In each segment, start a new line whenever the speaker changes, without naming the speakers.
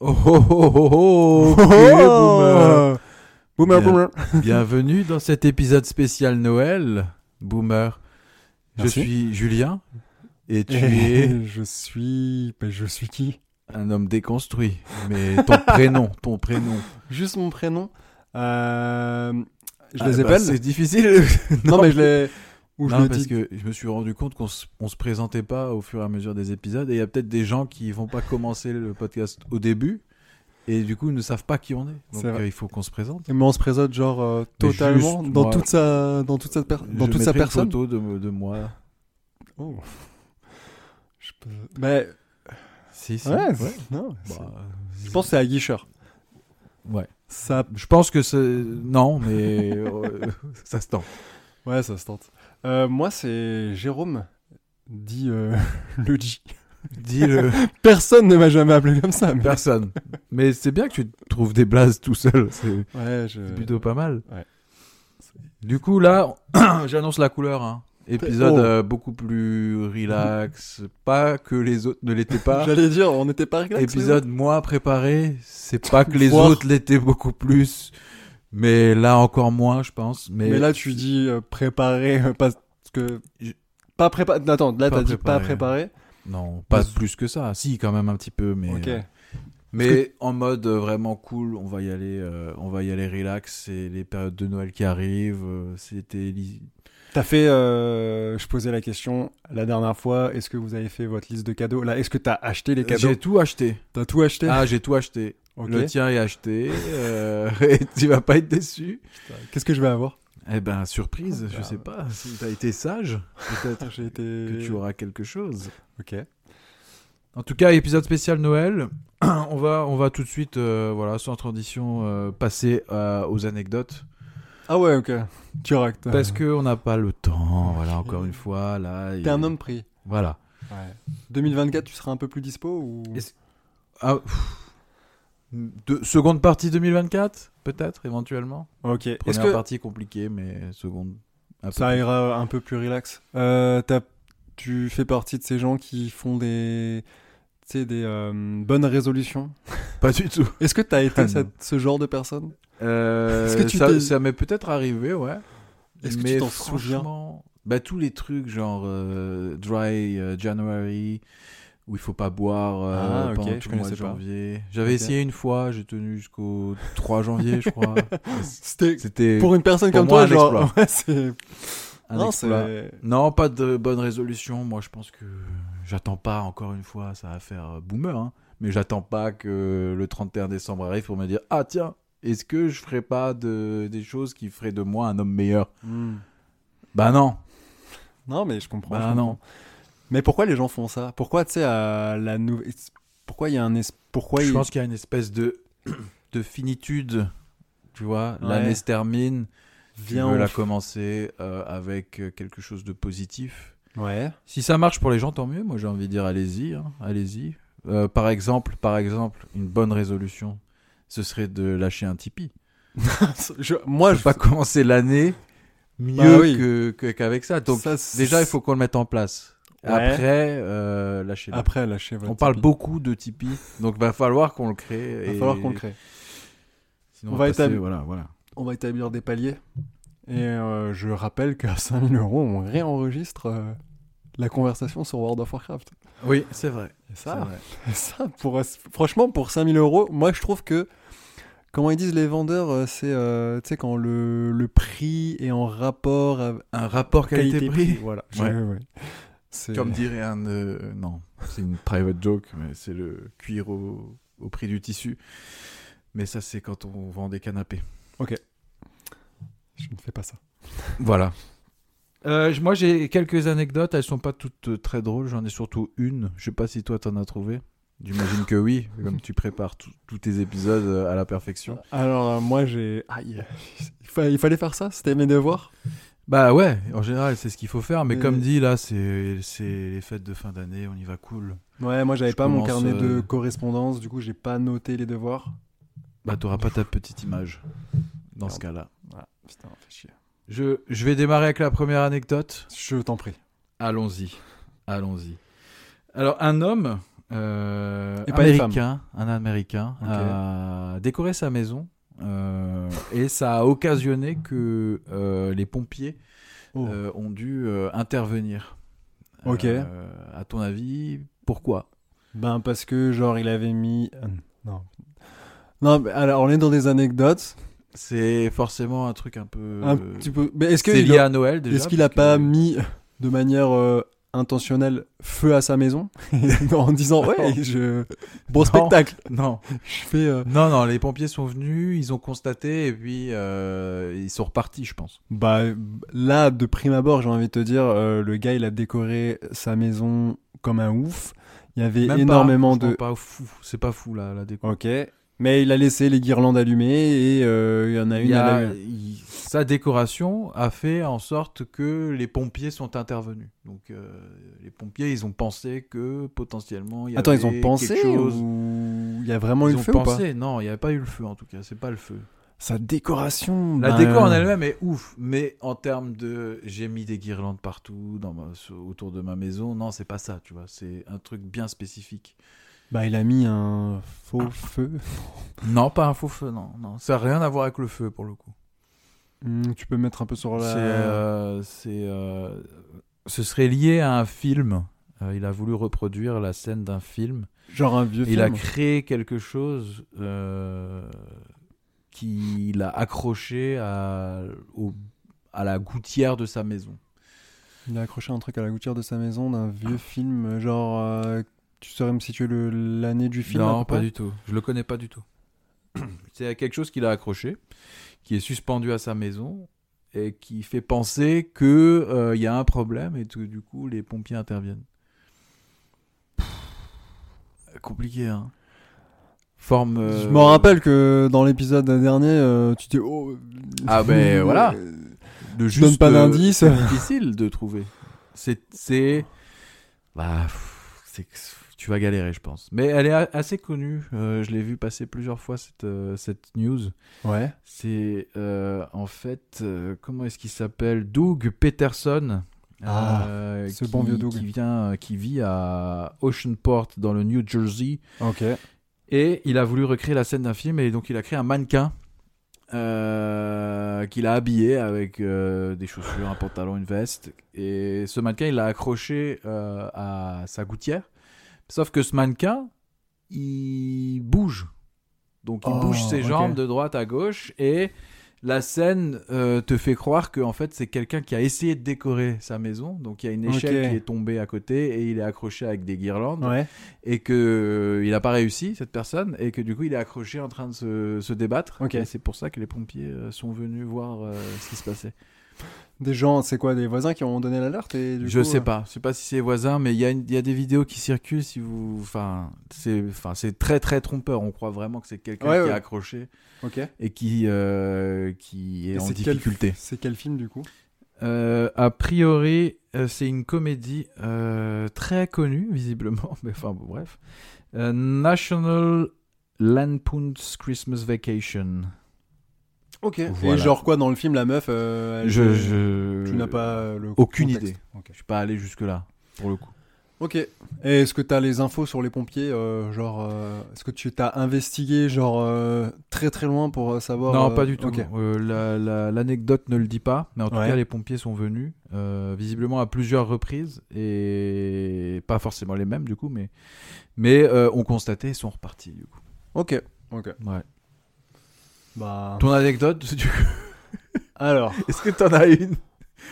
oh, oh, oh,
Oh,
ok, boomer.
oh. Boomer,
Bien.
boomer.
Bienvenue dans cet épisode spécial Noël, Boomer.
Merci.
Je suis Julien et tu es
Je suis. ben, je suis qui
un homme déconstruit. Mais ton prénom, ton prénom.
Juste mon prénom. Euh, Je
Ah,
les
bah,
appelle
C'est difficile.
non, mais je les. Ou je
non,
le
parce
dis.
que je me suis rendu compte qu'on se, on se présentait pas au fur et à mesure des épisodes et il y a peut-être des gens qui vont pas commencer le podcast au début et du coup ne savent pas qui on est. Donc
C'est vrai.
euh, il faut qu'on se présente.
Mais on se présente genre euh,
Mais
totalement
juste,
dans,
moi,
toute sa, dans toute sa, per- dans
Je
toute sa
mettrai une
personne.
photo de, de moi.
Oh. Je peux... Mais
Si, si.
ouais, c'est- non,
Bah,
c'est- je pense que c'est à Guicheur.
ouais.
Ça,
Je pense que c'est. Non, mais. euh, ça se tente.
ouais, ça se tente. Euh, moi, c'est Jérôme, dit euh, le J.
Dis-le.
Personne ne m'a jamais appelé comme ça. mais-
Personne. Mais c'est bien que tu trouves des blases tout seul. C'est
Ouais, je...
c'est plutôt pas mal.
Euh, ouais.
Du coup, là, j'annonce la couleur. hein. Épisode
Oh.
euh, beaucoup plus relax. Pas que les autres ne l'étaient pas.
J'allais dire, on n'était pas réglés.
Épisode moins préparé. C'est pas que les
Voir.
autres l'étaient beaucoup plus. Mais là, encore moins, je pense. Mais,
Mais là, tu dis euh, préparer, euh, parce que.
Je-
Pas préparé. Attends, là,
Pas
t'as dit pas
préparé.
préparé.
Non, pas
Mais-
plus que ça. Si, quand même un petit peu. Mais.
Ok.
euh, Mais en mode euh, vraiment cool, on va y aller, euh, on va y aller relax. C'est les périodes de Noël qui arrivent. euh, C'était li-
T'as fait. euh, je posais la question la dernière fois est-ce que vous avez fait votre liste de cadeaux Là, est-ce que t'as acheté les cadeaux
Euh, J'ai tout acheté.
T'as tout acheté
Ah, j'ai tout acheté.
Ok.
Le tien est acheté. euh, et tu vas pas être déçu.
Qu'est-ce que je vais avoir
Eh ben, surprise. Je
Ah,
sais pas. Si t'as été sage, peut-être
J'ai été.
que tu auras quelque chose.
Ok.
En tout cas, épisode spécial Noël. on va, on va tout de suite, euh, voilà, sans transition, euh, passer euh, aux anecdotes.
Ah ouais, ok. Tu auras. que-
Parce que on n'a pas le temps. Voilà, encore une fois, là.
T'es
et-
un homme pris.
Voilà.
Ouais. 2024, tu seras un peu plus dispo ou.
Est-ce- Ah, pff. De- seconde partie 2024, peut-être, éventuellement.
Ok. Est-ce
Première
que
partie compliquée, mais seconde. un peu
ça
plus.
ira un peu plus relax Euh, t'as- Tu fais partie de ces gens qui font des. Tu sais, des euh, bonnes résolutions.
Pas du tout.
Est-ce que t'as été
Ah,
cette-
non.
ce genre de personne
Euh,
Est-ce que tu
ça
t'es-
ça m'est peut-être arrivé, ouais.
Est-ce que tu
Mais
t'en souviens
franchement, bah, tous les trucs genre euh, dry euh, January, où il faut pas boire euh,
Ah, ok,
pendant
je
tout le mois
connaissais
de
pas.
janvier. J'avais
Ok.
essayé une fois, j'ai tenu jusqu'au 3 janvier, je crois.
C'était.
C'était
Pour une personne
pour
comme
moi,
toi,
un
genre. Ouais, c'est.
un
non,
exploit.
c'est.
Non, pas de bonne résolution. Moi, je pense que j'attends pas, encore une fois, ça va faire euh, boomer, hein, mais j'attends pas que le 31 décembre arrive pour me dire Ah, tiens, est-ce que je ferais pas de, des choses qui feraient de moi un homme meilleur
Hmm.
Bah non,
Non, mais je comprends.
Bah
je
non.
comprends. Mais pourquoi les gens font ça Pourquoi, tu sais, à la nouvelle. Pourquoi il y a un. es- Pourquoi
je
il-
pense qu'il y a une espèce de, de finitude, tu vois.
Ouais.
L'année se termine, tu
vient.
veux la
on-
commencer euh, avec euh, quelque chose de positif.
Ouais.
Si ça marche pour les gens, tant mieux. Moi, j'ai envie de dire, allez-y, hein, allez-y. Euh, par exemple, par exemple, une bonne résolution, ce serait de lâcher un Tipeee.
Je- moi,
Ah, Je
je.
pas commencer l'année Bah mieux
oui.
que- que- qu'avec ça. Donc,
Ça, c'est-
déjà, il faut qu'on le mette en place.
Ouais.
Après, euh, lâcher.
Après, lâcher votre.
On parle
Tipeee.
beaucoup de Tipeee, donc va falloir qu'on le crée.
Il va
et-
falloir qu'on le crée.
Sinon,
On
on
va
va passer-
établir-
Voilà, voilà.
On va établir des paliers. Et euh, je rappelle qu'à 5000 euros, on réenregistre euh, la conversation sur World of Warcraft.
Oui, c'est vrai. Ah.
Et
c'est
ça,
vrai.
ça pour, franchement, pour 5000 euros, moi je trouve que, comment ils disent les vendeurs, euh, c'est euh, tu sais, quand le, le prix est en rapport à
Un rapport qualité-prix.
Voilà.
Ouais.
Ouais, ouais. C'est-
Comme dirait un. euh, non, c'est une private joke, mais c'est le cuir au, au prix du tissu. Mais ça, c'est quand on vend des canapés.
Je ne fais pas ça.
Voilà. Euh, j- moi, j'ai quelques anecdotes. Elles sont pas toutes euh, très drôles. J'en ai surtout une. Je sais pas si toi, t'en as trouvé. J'imagine que oui, comme tu prépares tout- tous tes épisodes euh, à la perfection.
Alors euh, moi j'ai. Aïe. Il, fa- il fallait faire ça, c'était mes devoirs.
Bah ouais, en général, c'est ce qu'il faut faire. Mais
Mais-
comme dit, là, c'est c'est les fêtes de fin d'année. On y va cool.
Ouais, moi j'avais
Je
pas mon
commence,
carnet de
euh,
correspondance, du coup j'ai pas noté les devoirs.
Bah, t'auras pas ta petite image dans ce cas-là.
Putain, fais chier.
Je, je vais démarrer avec la première anecdote.
Je t'en prie.
Allons-y. Allons-y. Alors, un homme euh,
Et pas les femmes.
américain, un américain
Ok.
a décoré sa maison euh, et ça a occasionné que euh, les pompiers
Oh.
euh, ont dû euh, intervenir.
Ok.
Euh, à ton avis, pourquoi
Ben parce que genre il avait mis euh, non non mais alors on est dans des anecdotes
C'est forcément un truc un peu.
un petit peu mais est-ce que
Euh, C'est
il
lié
a-
à Noël déjà.
est-ce qu'il a
parce
pas
que-
mis de manière euh, intentionnelle feu à sa maison en disant ouais je bon
Non.
spectacle
Non.
je fais euh,
Non, non, les pompiers sont venus, ils ont constaté et puis euh, ils sont repartis, je pense.
Bah là, de prime abord, j'ai envie de te dire, euh, le gars, il a décoré sa maison comme un ouf. Il y avait
Même pas,
énormément
franchement,
de...
Pas fou, c'est pas fou la, la déco.
Ok. Mais il a laissé les guirlandes allumées et euh, il y en a
Il
une...
y
à
a-
la-
il- sa décoration a fait en sorte que les pompiers sont intervenus. Donc euh, les pompiers, ils ont pensé que potentiellement il y
Attends,
avait
ils ont pensé
quelque chose.
ou il y a vraiment eu
Ils
le
ont
feu ou pas
pensé, non, il n'y avait pas eu le feu en tout cas, c'est pas le feu.
Sa décoration...
La
ben,
déco en elle-même est ouf, mais en termes de j'ai mis des guirlandes partout dans ma- sur- autour de ma maison, non, c'est pas ça, tu vois, c'est un truc bien spécifique.
Bah il a mis un faux feu.
Non, pas un faux feu, non, non, ça n'a rien à voir avec le feu pour le coup.
Hmm, tu peux mettre un peu sur la...
C'est, euh, c'est, euh, ce serait lié à un film. Euh, il a voulu reproduire la scène d'un film.
Genre un vieux
Et Il a
film.
créé quelque chose euh, qui l'a accroché à, au- à la gouttière de sa maison.
Il a accroché un truc à la gouttière de sa maison d'un vieux film, euh, genre... euh, Tu saurais me situer le- l'année du film à
non, pas
peu près
du tout. Je le connais pas du tout. C'est quelque chose qu'il a accroché, qui est suspendu à sa maison et qui fait penser que euh, il y a un problème et tout, du coup les pompiers interviennent. Compliqué, hein. Forme.
Je
euh,
me rappelle que dans l'épisode dernier, euh, tu dis oh.
Ah, ben, voilà.
euh,
de
Je donne pas
euh,
d'indice.
c'est difficile de trouver. C'est, c'est, bah, pff, c'est, tu vas galérer, je pense. Mais elle est a- assez connue. euh, je l'ai vu passer plusieurs fois cette euh, cette news.
Ouais.
C'est euh, en fait, euh, comment est-ce qu'il s'appelle Doug Peterson.
Ah,
euh,
ce
qui-
bon vieux Doug.
Qui, vient, euh, qui vit à Oceanport dans le New Jersey.
Ok.
Et il a voulu recréer la scène d'un film et donc il a créé un mannequin euh, qu'il a habillé avec euh, des chaussures, un pantalon, une veste. Et ce mannequin, il l'a accroché euh, à sa gouttière. Sauf que ce mannequin, il bouge. Donc il
Oh,
bouge ses
ok.
jambes de droite à gauche et la scène euh, te fait croire que en fait c'est quelqu'un qui a essayé de décorer sa maison. Donc il y a une échelle
Ok.
qui est tombée à côté et il est accroché avec des guirlandes
Ouais.
et que euh, il n'a pas réussi cette personne et que du coup il est accroché en train de se, se débattre.
Ok.
Et c'est pour ça que les pompiers euh, sont venus voir euh, ce qui se passait.
Des gens, c'est quoi, des voisins qui ont donné l'alerte et du
je
coup,
sais
euh,
pas, je sais pas si c'est voisin, mais il y, a une- il y a des vidéos qui circulent. Si vous, enfin, c'est, enfin, c'est très très trompeur. On croit vraiment que c'est quelqu'un
Ouais,
qui est
ouais.
accroché
Ok. Et
et qui euh, qui est en
c'est quel-
difficulté.
C'est quel film du coup
Euh, a priori, euh, c'est une comédie euh, très connue, visiblement, mais enfin bon, bref. Euh, National Lampoon's Christmas Vacation.
Ok. Et
Voilà.
genre quoi dans le film la meuf euh, elle-
Je, je...
Tu n'as pas euh, le
aucune
contexte.
idée.
Ok.
Je suis pas allé jusque-là, pour le coup.
Ok. Et est-ce que t'as les infos sur les pompiers, euh, genre euh, est-ce que tu t'as investigué genre euh, très très loin pour euh, savoir
non,
euh,
pas du tout.
ok.
Euh, la- la- L'anecdote ne le dit pas, mais en tout
Ouais.
cas, les pompiers sont venus, euh, visiblement à plusieurs reprises, et pas forcément les mêmes, du coup, mais, mais euh, on constatait, ils sont repartis, du coup.
Ok. Ok.
Ouais.
Bah.
Ton anecdote, du coup,
Alors.
est-ce que t'en as une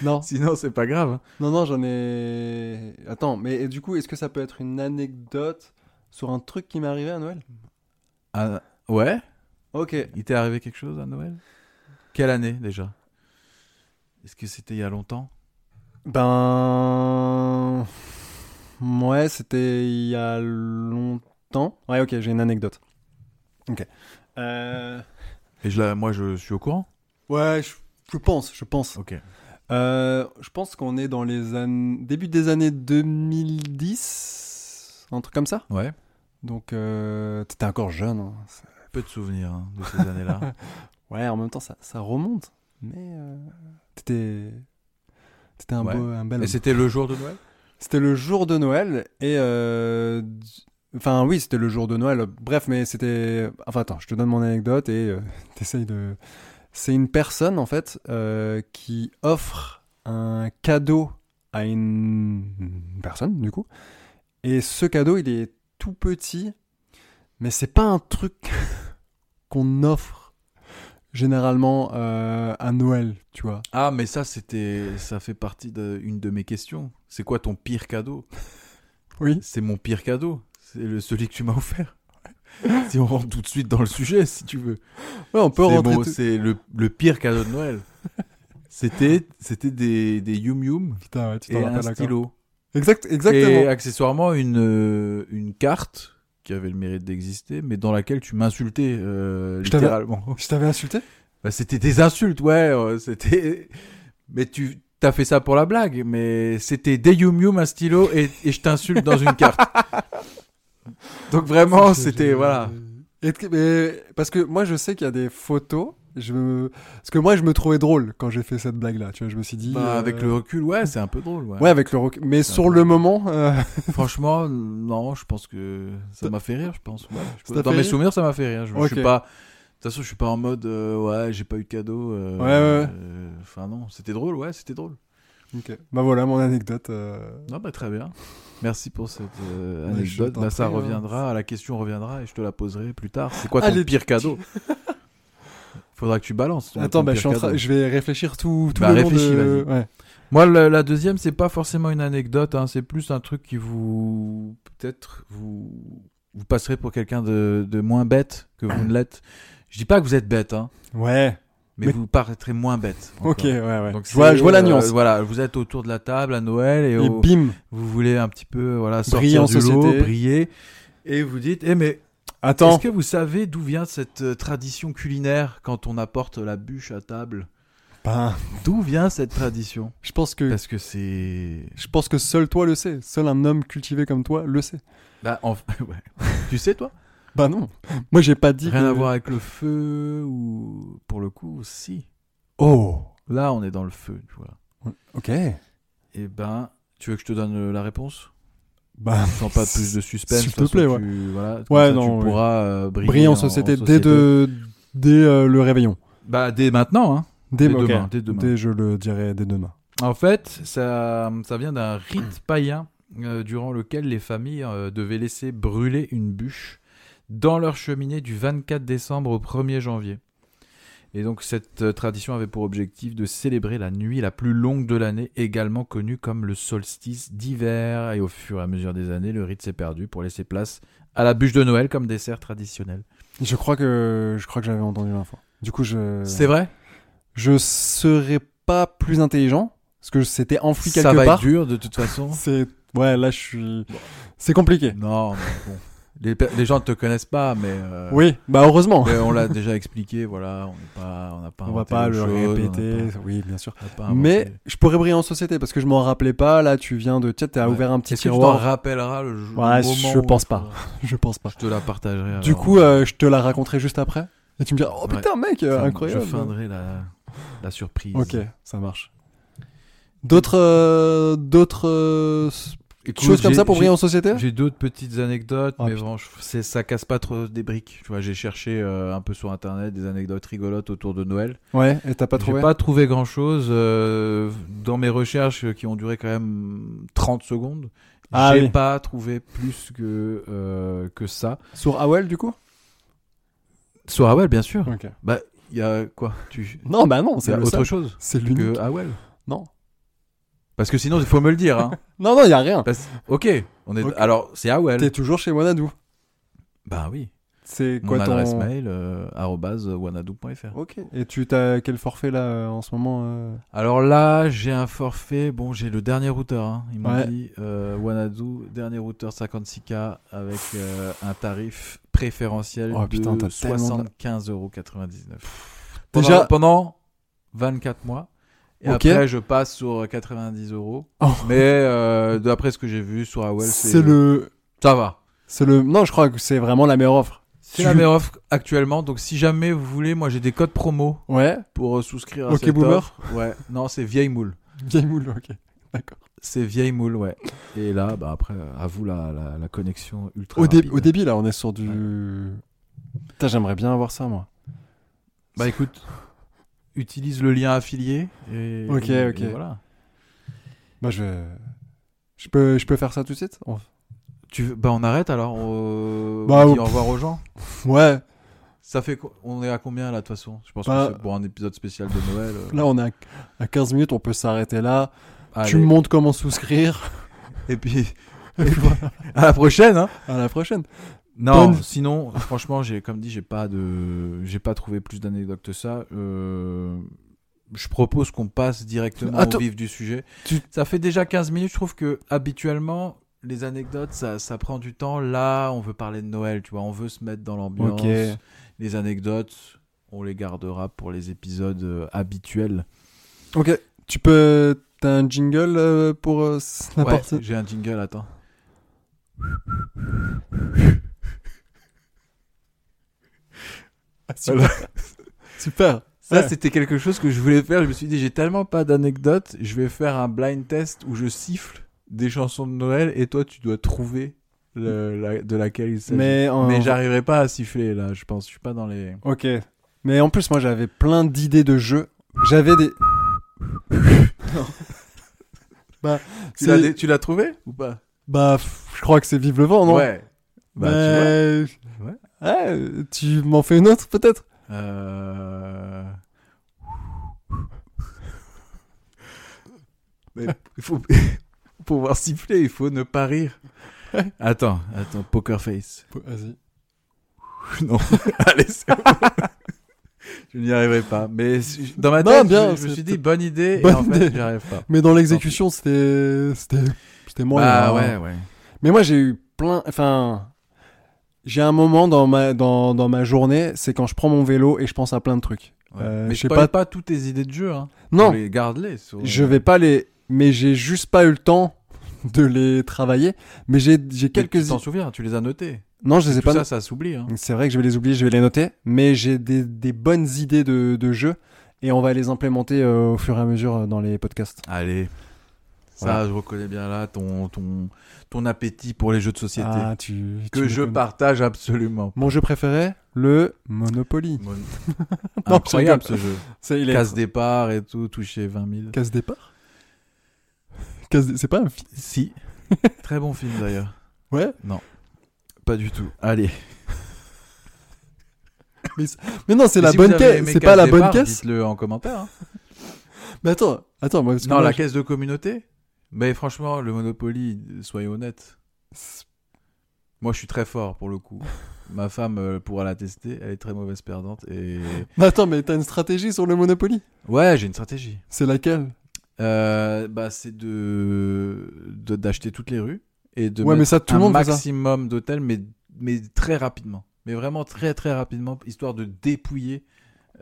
Non.
Sinon, c'est pas grave. hein.
Non, non, j'en ai. Attends, mais du coup, est-ce que ça peut être une anecdote sur un truc qui m'est arrivé à Noël
Ah, ouais
Ok.
Il t'est arrivé quelque chose à Noël Quelle année, déjà Est-ce que c'était il y a longtemps
Ben. Ouais, c'était il y a longtemps. Ouais, ok, j'ai une anecdote. Ok. Euh,
Et je la- moi, je suis au courant
Ouais, je, je pense, je pense.
Ok.
Euh, je pense qu'on est dans les années. Début des années 2010, un truc comme ça.
Ouais.
Donc, euh, t'étais encore jeune. hein.
Peu de souvenirs hein, de ces années-là.
Ouais, en même temps, ça, ça remonte. Mais euh, t'étais. T'étais un,
Ouais.
beau, un bel
Et
homme.
c'était le jour de Noël
C'était le jour de Noël et euh, Enfin, oui, c'était le jour de Noël. Bref, mais c'était. Enfin, attends, je te donne mon anecdote et euh, t'essayes de. C'est une personne, en fait, euh, qui offre un cadeau à une... une personne, du coup. Et ce cadeau, il est tout petit, mais c'est pas un truc qu'on offre généralement euh, à Noël, tu vois.
Ah, mais ça, c'était, ça fait partie d'une de mes questions. C'est quoi ton pire cadeau
Oui.
C'est mon pire cadeau. C'est le, celui que tu m'as offert. si on rentre tout de suite dans le sujet, si tu veux.
Ouais, on peut
c'est
rentrer.
mon-
tout-
c'est le, le pire cadeau de Noël. c'était, c'était des, des Yum Yum
Putain, ouais, tu t'en
et un
rappelles encore.
stylo.
Exact, exactement.
Et accessoirement, une, euh, une carte qui avait le mérite d'exister, mais dans laquelle tu m'insultais euh,
Je t'avais-
littéralement.
Je t'avais insulté
Bah, c'était des insultes, ouais. euh, C'était. Mais tu t'as fait ça pour la blague, mais c'était des yum yum, un stylo et, et je t'insulte dans une carte. Donc vraiment,
C'est- je-
c'était
je-
voilà.
Et que- mais- parce que moi, je sais qu'il y a des photos. Je me- Parce que moi, je me trouvais drôle quand j'ai fait cette blague-là. Tu vois, je me suis dit.
Bah,
euh,
Avec le recul, ouais, c'est un peu drôle. Ouais.
Ouais, avec le recul. Mais
C'est un
sur
peu-
le moment, euh,
Franchement, non, je pense que ça
Ça-
m'a fait rire, je pense. ouais. Je-
Ça t'a
Dans
fait
mes
rire
souvenirs, ça m'a fait rire. Je, je
Ok.
suis pas. De toute façon, je suis pas en mode euh, ouais, j'ai pas eu de cadeau. euh,
Ouais, ouais,
euh, Enfin non, c'était drôle, ouais, c'était drôle.
ok. bah voilà mon anecdote. euh,
Non, bah, très bien. Merci pour cette euh,
Ouais, je
anecdote.
t'en
Bah, ça
prie, hein.
reviendra, la question reviendra et je te la poserai plus tard. C'est quoi ton
Allez,
pire cadeau Faudra que tu balances. ton-
Attends,
ton
bah, je,
pire
suis en train-
cadeau.
je vais réfléchir tout, tout
Bah,
le long
réfléchis,
de- ouais.
Moi, le- la deuxième, c'est pas forcément une anecdote, hein, c'est plus un truc qui vous. Peut-être vous. Vous passerez pour quelqu'un de, de moins bête que vous ne l'êtes. Je dis pas que vous êtes bête, hein,
Ouais,
mais,
Mais-
vous paraîtrez moins bête. encore.
ok, ouais, ouais.
Donc,
je, vois, je vois la
c'est, euh, oh.
nuance.
voilà, vous êtes autour de la table à Noël et,
Et
au-
bim,
vous voulez un petit peu voilà sortir
Briller en
du
société.
lot, briller, et vous dites eh mais
attends.
est-ce que vous savez d'où vient cette euh, tradition culinaire quand on apporte la bûche à table
Ben,
D'où vient cette tradition
je pense que
Parce que c'est
je pense que seul toi le sais. Seul un homme cultivé comme toi le sait.
Bah, en- ouais. tu sais toi
Bah non. Moi j'ai pas dit.
Rien
que-
à voir avec le feu ou pour le coup si.
Oh.
Là on est dans le feu, tu vois.
Ok.
Et ben tu veux que je te donne euh, la réponse
Bah
Sans pas plus de suspense.
S'il
de toute
te plaît,
façon,
ouais.
Tu, voilà, comme
Ouais,
ça,
non,
tu
ouais.
pourras euh, briller
brillant
en- en
société, dès
société.
de dès euh, le réveillon.
Bah dès maintenant hein.
Dès,
Dès
ok.
demain, dès demain.
je le dirais dès demain.
En fait, ça, ça vient d'un rite païen euh, durant lequel les familles euh, devaient laisser brûler une bûche dans leur cheminée du 24 décembre au 1er janvier. Et donc cette euh, tradition avait pour objectif de célébrer la nuit la plus longue de l'année, également connue comme le solstice d'hiver. Et au fur et à mesure des années, le rite s'est perdu pour laisser place à la bûche de Noël comme dessert traditionnel.
Je crois que je crois que j'avais entendu l'info. Du coup, je
C'est vrai
je serais pas plus intelligent parce que c'était enfoui quelque
Ça va
part.
être dur de toute façon.
C'est ouais, là je suis c'est compliqué.
non, mais bon. Les, pe- les gens ne te connaissent pas, mais... euh,
Oui, bah heureusement.
Mais on l'a déjà expliqué, voilà, on n'est pas, on n'a pas,
On va
inventé les
pas le
choses, on n'a
répéter,
pas-
oui, bien sûr.
on n'a pas inventé.
Mais je pourrais briller en société parce que je m'en rappelais pas. Là, tu viens de. Tiens, t'as
Ouais.
ouvert un petit
est-ce que tu t'en
tiroir.
rappelleras le jour
Ouais,
le moment
je
où
pense
on
pas.
fera
Je pense pas.
Je te la partagerai.
Du
alors.
coup, euh, je te la raconterai juste après. Et tu me diras, oh
Ouais.
putain, mec,
Ça
euh,
me-
incroyable.
Je feindrai la, la surprise.
Ok, ça marche. D'autres euh, d'autres euh, s-
Écoute,
choses comme
j'ai-
ça pour
j'ai-
briller en société
J'ai d'autres petites anecdotes,
Ah,
mais
putain.
franchement, c'est ça casse pas trop des briques. Tu vois, j'ai cherché euh, un peu sur internet des anecdotes rigolotes autour de Noël.
Ouais, et t'as pas trouvé
J'ai pas trouvé grand chose dans mes recherches euh, qui ont duré quand même 30 secondes.
Ah
j'ai
oui.
pas trouvé plus que euh, que ça.
Sur Howell du coup
Sur Howell, bien sûr.
Ok.
Bah, il y a quoi Tu
Non, bah non,
y
Hum. c'est
a
le
autre
seul.
chose
C'est l'unique.
que Howell
Non.
Parce que sinon, il faut me le dire. hein.
Non, non, y a rien.
Parce- Ok, on est.
Ok.
Alors, c'est Howell.
T'es toujours chez Wanadoo.
Bah oui.
C'est
Mon
quoi ton.
adresse mail euh, arobase wanadoo.fr.
Ok. Et tu t'as quel forfait là euh, en ce moment euh
Alors là, j'ai un forfait. Bon, j'ai le dernier routeur. hein. Ils m'ont
Ouais.
dit euh, Wanadu, dernier routeur 56K avec euh, un tarif préférentiel
Oh,
de
putain, t'as tellement
75,99€. Pendant,
Déjà.
pendant 24 mois. Et
Ok.
après, je passe sur 90 euros.
Oh.
Mais euh, d'après ce que j'ai vu sur AOL,
c'est le.
Ça va.
C'est le. Non, je crois que c'est vraiment la meilleure offre.
C'est
Tu-
la meilleure offre actuellement. Donc, si jamais vous voulez, moi j'ai des codes promo
Ouais.
pour euh, souscrire à
Ok,
cette
boomer.
offre. Ouais. Non, c'est vieille moule.
Vieille moule, ok. D'accord.
Ces vieilles moules, ouais. Et là, bah après, à vous la, la, la connexion ultra.
Au, dé-
rapide.
au début, là, on est sur du. Putain, j'aimerais bien avoir ça, moi.
Bah écoute, utilise le lien affilié. Et,
Ok,
et-
ok.
et voilà.
Bah, je. Je peux, je peux faire ça tout de suite On-
Tu, veux- bah on arrête alors. On,
Bah,
on dit
oh,
au revoir aux gens.
Ouais,
Ça fait quoi On est à combien là de toute façon Je pense
Bah,
que c'est pour un épisode spécial de Noël. euh,
là, on est à, à 15 minutes, on peut s'arrêter là.
allez.
Tu me montres comment souscrire.
Et puis, et puis, à la prochaine. Hein
À la prochaine.
non,
Bonne-
sinon, franchement, j'ai comme dit, j'ai pas de, j'ai pas trouvé plus d'anecdotes que ça. Euh, Je propose qu'on passe directement
Attends.
au vif du sujet.
Tu-
Ça fait déjà 15 minutes. Je trouve que habituellement, les anecdotes, ça, ça prend du temps. Là, on veut parler de Noël, tu vois. On veut se mettre dans l'ambiance.
Ok.
Les anecdotes, on les gardera pour les épisodes euh, habituels.
Ok. Tu peux. T'as un jingle euh, pour euh, s-
Ouais,
n'importe.
j'ai un jingle, attends.
Ah, super. Super.
Ça,
Ouais.
c'était quelque chose que je voulais faire. Je me suis dit, j'ai tellement pas d'anecdotes, je vais faire un blind test où je siffle des chansons de Noël et toi, tu dois trouver le- la- de laquelle il s'agit. Mais, euh,
Mais, en-
j'arriverai pas à siffler là, je pense. Je suis pas dans les.
Ok. Mais en plus, moi, j'avais plein d'idées de jeux. J'avais des. bah,
Tu
c'est-
l'as, dé- tu l'as trouvé ou pas
bah, pff, je crois que c'est Vive le vent, non
Ouais. Bah, tu vois.
Mais-
Ouais.
Ouais, euh, tu m'en fais une autre, peut-être
Euh... Mais il faut... Pour pouvoir siffler, il faut ne pas rire. Attends, attends, poker face.
Vas-y.
Non, allez, c'est bon. je n'y arriverai pas. Mais si- dans ma
Non,
tête,
bien,
je, je me
c'est-
suis dit bonne idée,
Bonne
et en
idée.
fait, j'y arrive pas.
Mais dans l'exécution, c'était. C'était. C'était moi.
ah
hein.
ouais, ouais.
Mais moi, j'ai eu plein. Enfin. J'ai un moment dans ma, dans, dans ma journée, c'est quand je prends mon vélo et je pense à plein de trucs.
ouais.
Euh,
mais
je
je
sais
pas...
pas-
pas toutes tes idées de jeu. Hein.
Non,
les garde-les. sur-
Je vais pas les. Mais j'ai juste pas eu le temps de les travailler. Mais j'ai j'ai
Mais Tu
quelques.
t'en souviens, tu les as notées.
Non, je les ai
Tout
pas.
ça, ça s'oublie. Hein.
no- Mm. C'est vrai que je vais les oublier, je vais les noter. Mais j'ai des, des bonnes idées de, de jeux. Et on va les implémenter euh, au fur et à mesure euh, dans les podcasts.
Allez. Ça,
Voilà.
je reconnais bien là ton, ton, ton appétit pour les jeux de société.
Ah, tu. tu
que
me
je
connais.
partage absolument.
Mon jeu préféré, le Monopoly.
Mon-
je
Incroyable ce
rigole.
jeu.
C'est il est-
Casse-départ et tout, toucher 20 000.
Casse départ. Casse dé- C'est pas un film.
Si. Très bon film d'ailleurs.
Ouais.
Pas du tout. Allez.
Mais non, c'est
Et
la
si vous
bonne
avez
caisse.
aimé
C'est pas la bonne
Casse-départ,
caisse.
Dites-le en commentaire. hein.
Mais attends, attends, moi, parce que
Non,
moi,
la
je-
caisse de communauté. Mais franchement, le Monopoly, soyons honnêtes. Moi, je suis très fort pour le coup. Ma femme euh, pourra la tester. Elle est très mauvaise perdante. Et
Mais attends, mais t'as une stratégie sur le Monopoly
ouais, j'ai une stratégie.
C'est laquelle
Euh, bah, c'est de de- d'acheter toutes les rues et de
Ouais, mais
mettre
ça, tout le
un
monde fait ça.
maximum d'hôtels, mais mais très rapidement, mais vraiment très très rapidement, histoire de dépouiller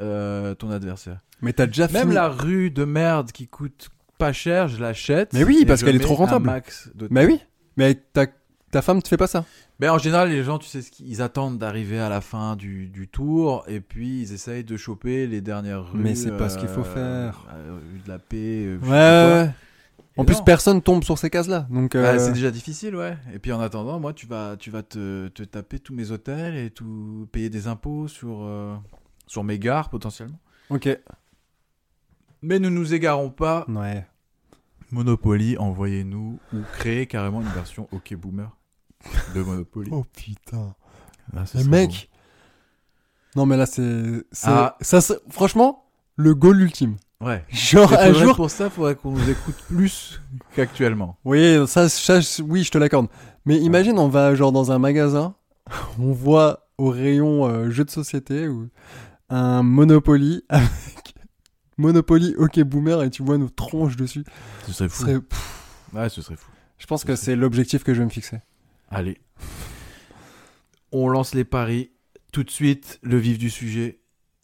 euh, ton adversaire.
Mais t'as déjà
Même la rue de merde qui coûte pas cher, je l'achète.
Mais oui,
et
parce
je
qu'elle est
mets
trop rentable.
un max d'hôtels.
Mais oui, mais ta, ta femme te fait pas ça.
Mais en général, les gens, tu sais, ce qu'ils- ils attendent d'arriver à la fin du, du tour et puis ils essayent de choper les dernières rues.
Mais c'est pas ce qu'il faut faire.
euh, rue de la paix. euh, je
Ouais,
sais pas quoi.
ouais. En
Et
plus,
non.
personne tombe sur ces cases-là. Donc, euh,
Bah, c'est déjà difficile, ouais. Et puis en attendant, moi, tu vas, tu vas te, te taper tous mes hôtels et tout, payer des impôts sur, euh, sur mes gares potentiellement.
ok.
Mais ne nous égarons pas.
Ouais.
Monopoly, envoyez-nous ou créez carrément une version OK Boomer de Monopoly.
Oh putain.
Ah, ce
Mais
serait
mec. Non, mais là, c'est. c'est-
Ah.
Ça, c'est- Franchement, le goal ultime.
beau. Ouais.
Genre,
Mais
un
faudrait-
jour.
Pour ça, faudrait qu'on nous écoute plus qu'actuellement.
Oui, ça, ça, je- oui, je te l'accorde. Mais imagine, on va genre dans un magasin, on voit au rayon euh, jeux de société ou un Monopoly avec Monopoly OK Boomer et tu vois nos tronches dessus.
Ce serait
Ce
fou.
serait- pff,
Ouais, ce serait fou.
Je pense
Ce
que
serait-
c'est l'objectif que je vais me fixer.
Allez. On lance les paris. Tout de suite, le vif du sujet.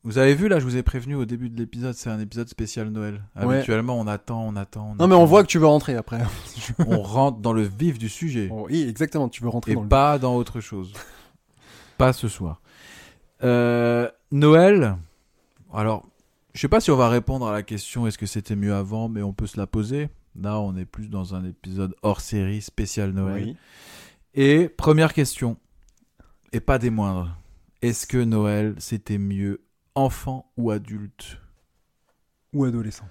Vous avez vu, là, je vous ai prévenu au début de l'épisode, c'est un épisode spécial Noël.
Ouais.
Habituellement, on attend, on attend.
Non mais on voit que tu veux rentrer après.
On rentre dans le vif du sujet.
Bon, oui, exactement, tu veux rentrer
et
dans le...
pas dans autre chose. pas ce soir. Euh, Noël. Alors, je sais pas si on va répondre à la question est-ce que c'était mieux avant, mais on peut se la poser. Là, on est plus dans un épisode hors série spécial Noël.
Oui.
Et première question, et pas des moindres. Est-ce que Noël, c'était mieux enfant ou adulte
Ou adolescent.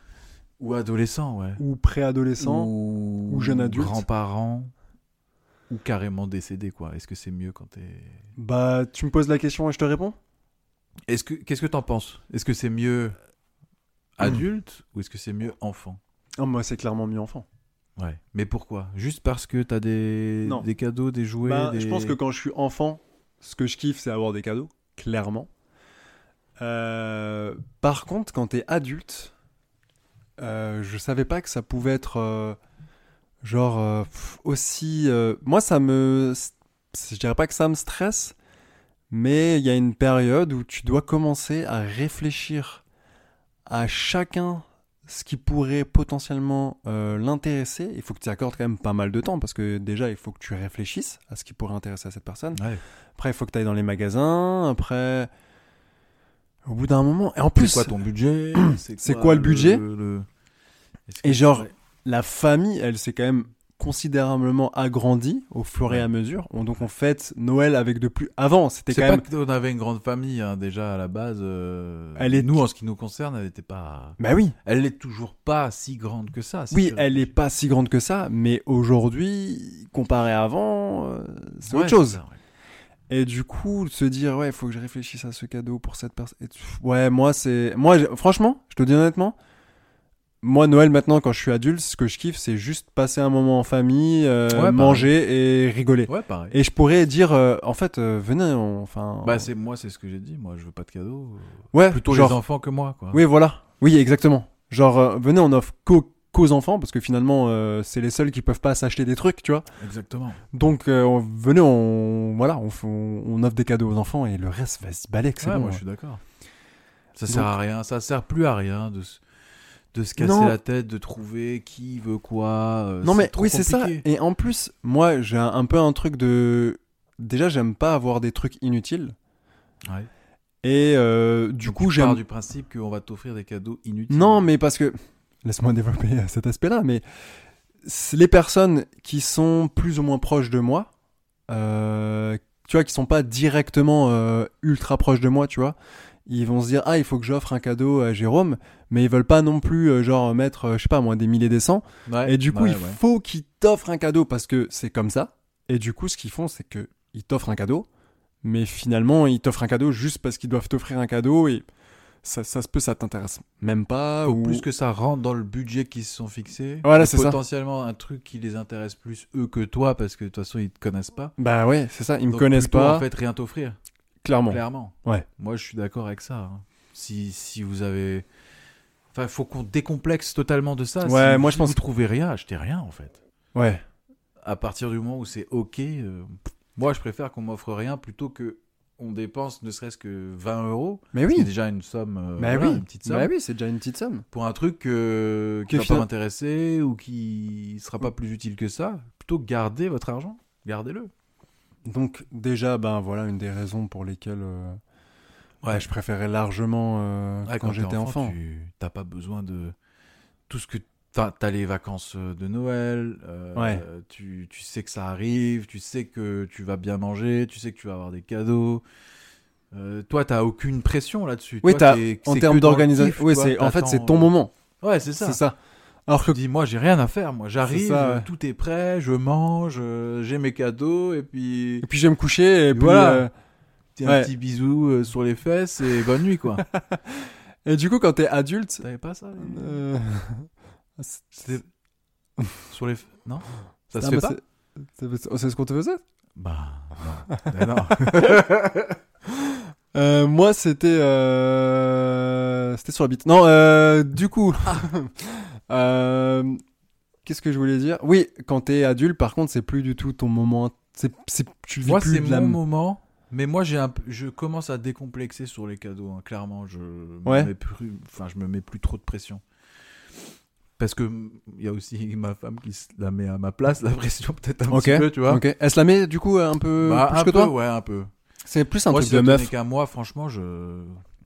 Ou adolescent, ouais.
Ou préadolescent.
ou...
ou jeune adulte.
Grands-parents ou carrément décédé, quoi. Est-ce que c'est mieux quand t'es...
Bah, tu me poses la question et je te réponds
Est-ce que... Qu'est-ce que t'en penses Est-ce que c'est
Mmh.
mieux adulte ou est-ce que c'est mieux enfant
Ah, Moi, c'est clairement mieux enfant.
Ouais. Mais pourquoi Juste parce que t'as des...
Non.
des cadeaux, des jouets
Bah,
des-
Je pense que quand je suis enfant, ce que je kiffe, c'est avoir des cadeaux, clairement. Euh, par contre, quand t'es adulte, euh, je savais pas que ça pouvait être euh, genre euh, pff, aussi. euh, moi, ça me. Je dirais pas que ça me stresse, mais il y a une période où tu dois commencer à réfléchir à chacun ce qui pourrait potentiellement euh, l'intéresser. Il faut que tu y accordes quand même pas mal de temps parce que déjà, il faut que tu réfléchisses à ce qui pourrait intéresser à cette personne.
Ouais.
Après, il faut que tu ailles dans les magasins. Après, au bout d'un moment. Et en
C'est
plus,
quoi ton budget
C'est quoi le budget
le- Est-ce que-
Et genre,
Ouais.
la famille, elle s'est quand même considérablement agrandie au fur et à mesure. On- donc, on fête Noël avec de plus. Avant, c'était
C'est
quand
pas
même.
qu'on avait une grande famille, hein, déjà, à la base. euh,
Elle est-
Nous, en ce qui nous concerne, elle n'était pas...
Bah oui,
Elle n'est toujours pas si grande que ça. si
oui,
tu
elle
réfléchis.
est pas si grande que ça, mais aujourd'hui, comparé à avant, euh, c'est
Ouais,
autre chose.
ça, ouais.
Et du coup, se dire, ouais, il faut que je réfléchisse à ce cadeau pour cette personne. Et tu- Ouais, moi, c'est. Moi, j'ai- franchement, je te dis honnêtement, moi, Noël, maintenant, quand je suis adulte, ce que je kiffe, c'est juste passer un moment en famille, euh,
pareil.
manger et rigoler.
Ouais, pareil.
Et je pourrais dire, euh, en fait, euh, venez, on- enfin.
Bah, c'est moi, c'est ce que j'ai dit. Moi, je veux pas de cadeaux. euh,
ouais,
Plutôt
genre,
les enfants que moi, quoi.
Oui, voilà. Oui, exactement. Genre, euh, venez, on offre qu'aux, qu'aux enfants, parce que finalement, euh, c'est les seuls qui peuvent pas s'acheter des trucs, tu vois.
Exactement.
Donc, euh, on- venez, on, voilà, on, f- on- on offre des cadeaux aux enfants et le reste va se balayer, que c'est
Ouais,
bon.
moi,
hein.
je suis d'accord. Ça
Donc-
sert à rien. Ça sert plus à rien de se, de se casser
Non.
la tête, de trouver qui veut quoi. euh,
Non, mais
trop
oui, c'est ça.
compliqué.
Et en plus, moi, j'ai un, un peu un truc de. Déjà, j'aime pas avoir des trucs inutiles.
Ouais.
Et euh, du
Donc,
coup,
tu pars
j'aime.
du principe qu'on va t'offrir des cadeaux inutiles.
Non, mais parce que. Laisse-moi développer euh, cet aspect-là, mais c'est les personnes qui sont plus ou moins proches de moi, euh, tu vois, qui sont pas directement euh, ultra proches de moi, tu vois, ils vont se dire Ah, il faut que j'offre un cadeau à Jérôme, mais ils veulent pas non plus, euh, genre, mettre, euh, je sais pas moi, des milliers des cents.
Ouais,
Et du coup,
ouais,
il
ouais.
faut qu'ils t'offrent un cadeau parce que c'est comme ça. Et du coup, ce qu'ils font, c'est qu'ils t'offrent un cadeau, mais finalement, ils t'offrent un cadeau juste parce qu'ils doivent t'offrir un cadeau et ça, ça se peut, ça t'intéresse même pas.
Faut
ou...
plus que ça rentre dans le budget qu'ils se sont fixés.
Voilà,
Et
c'est ça.
Potentiellement un truc qui les intéresse plus eux que toi parce que de toute façon ils te connaissent pas.
Bah ouais, c'est ça, ils me
Donc,
connaissent
plutôt,
pas,
En fait, rien t'offrir.
clairement.
Clairement.
Ouais.
Moi, je suis d'accord avec ça. hein. Si, si vous avez. Enfin, faut qu'on décomplexe totalement de ça.
Ouais,
Si-
moi,
si
je pense-
Vous trouvez rien, achetez rien, en fait.
Ouais,
À partir du moment où c'est OK, euh, moi, je préfère qu'on m'offre rien plutôt que on dépense ne serait-ce que 20 euros,
mais
qui est
oui,
déjà une somme, euh,
Bah
voilà,
oui.
une petite somme,
bah oui, c'est déjà une petite somme.
pour un truc euh, qui
Que
va
finalement-
pas m'intéresser ou qui sera pas plus utile que ça. Plutôt garder votre argent, gardez-le.
Ah, Donc déjà, ben voilà une des raisons pour lesquelles euh, bah, je préférais largement euh,
Ouais,
quand,
Ah, t'es
j'étais enfant.
tu t'as pas besoin de tout ce que. Enfin, t'as les vacances euh, de Noël, euh,
Ouais.
tu, tu sais que ça arrive, tu sais que tu vas bien manger, tu sais que tu vas avoir des cadeaux. Euh, toi, t'as aucune pression là-dessus.
Oui,
Toi,
t'as-
t'es-
En
c'est
termes
que dans le
d'organisation,
kiff,
oui,
toi,
c'est en fait
t'attends,
c'est ton
euh,
moment,
Ouais, c'est ça.
c'est ça. Alors que
Tu dis, moi, j'ai rien à faire. Moi, j'arrive,
ça, ouais.
euh, tout est prêt, je mange, euh, j'ai mes cadeaux, et puis
et puis je vais me coucher et
Et
puis
voilà.
euh,
t'es
ouais.
un petit bisou euh, sur les fesses et bonne nuit, quoi.
et du coup quand t'es adulte,
T'avais pas ça les-
euh,
C'était- sur les. f- Non Ça
ah,
se fait
bah,
pas
c'est- c'est- c'est- c'est ce qu'on te faisait.
Bah non. Mais non.
Euh, moi, c'était euh, c'était sur la bite. Non, euh, du coup,
Ah.
euh, qu'est-ce que je voulais dire Oui, quand t'es adulte, par contre, c'est plus du tout ton moment. C'est, c'est, tu le vis
moi
plus
c'est
de
mon
la m-
moment, mais moi j'ai un, p- je commence à décomplexer sur les cadeaux. hein. Clairement, je me
Ouais.
mets plus, enfin je me mets plus trop de pression. Parce que mm, il y a aussi ma femme qui se la met à ma place, la pression peut-être un
Ok.
petit peu, tu vois.
Ok. Elle se la met du coup un peu
Bah,
plus
un
que
peu,
toi.
ouais, un peu.
C'est plus un
moi,
truc
si
de
ça
meuf.
tenait qu'à moi, franchement, je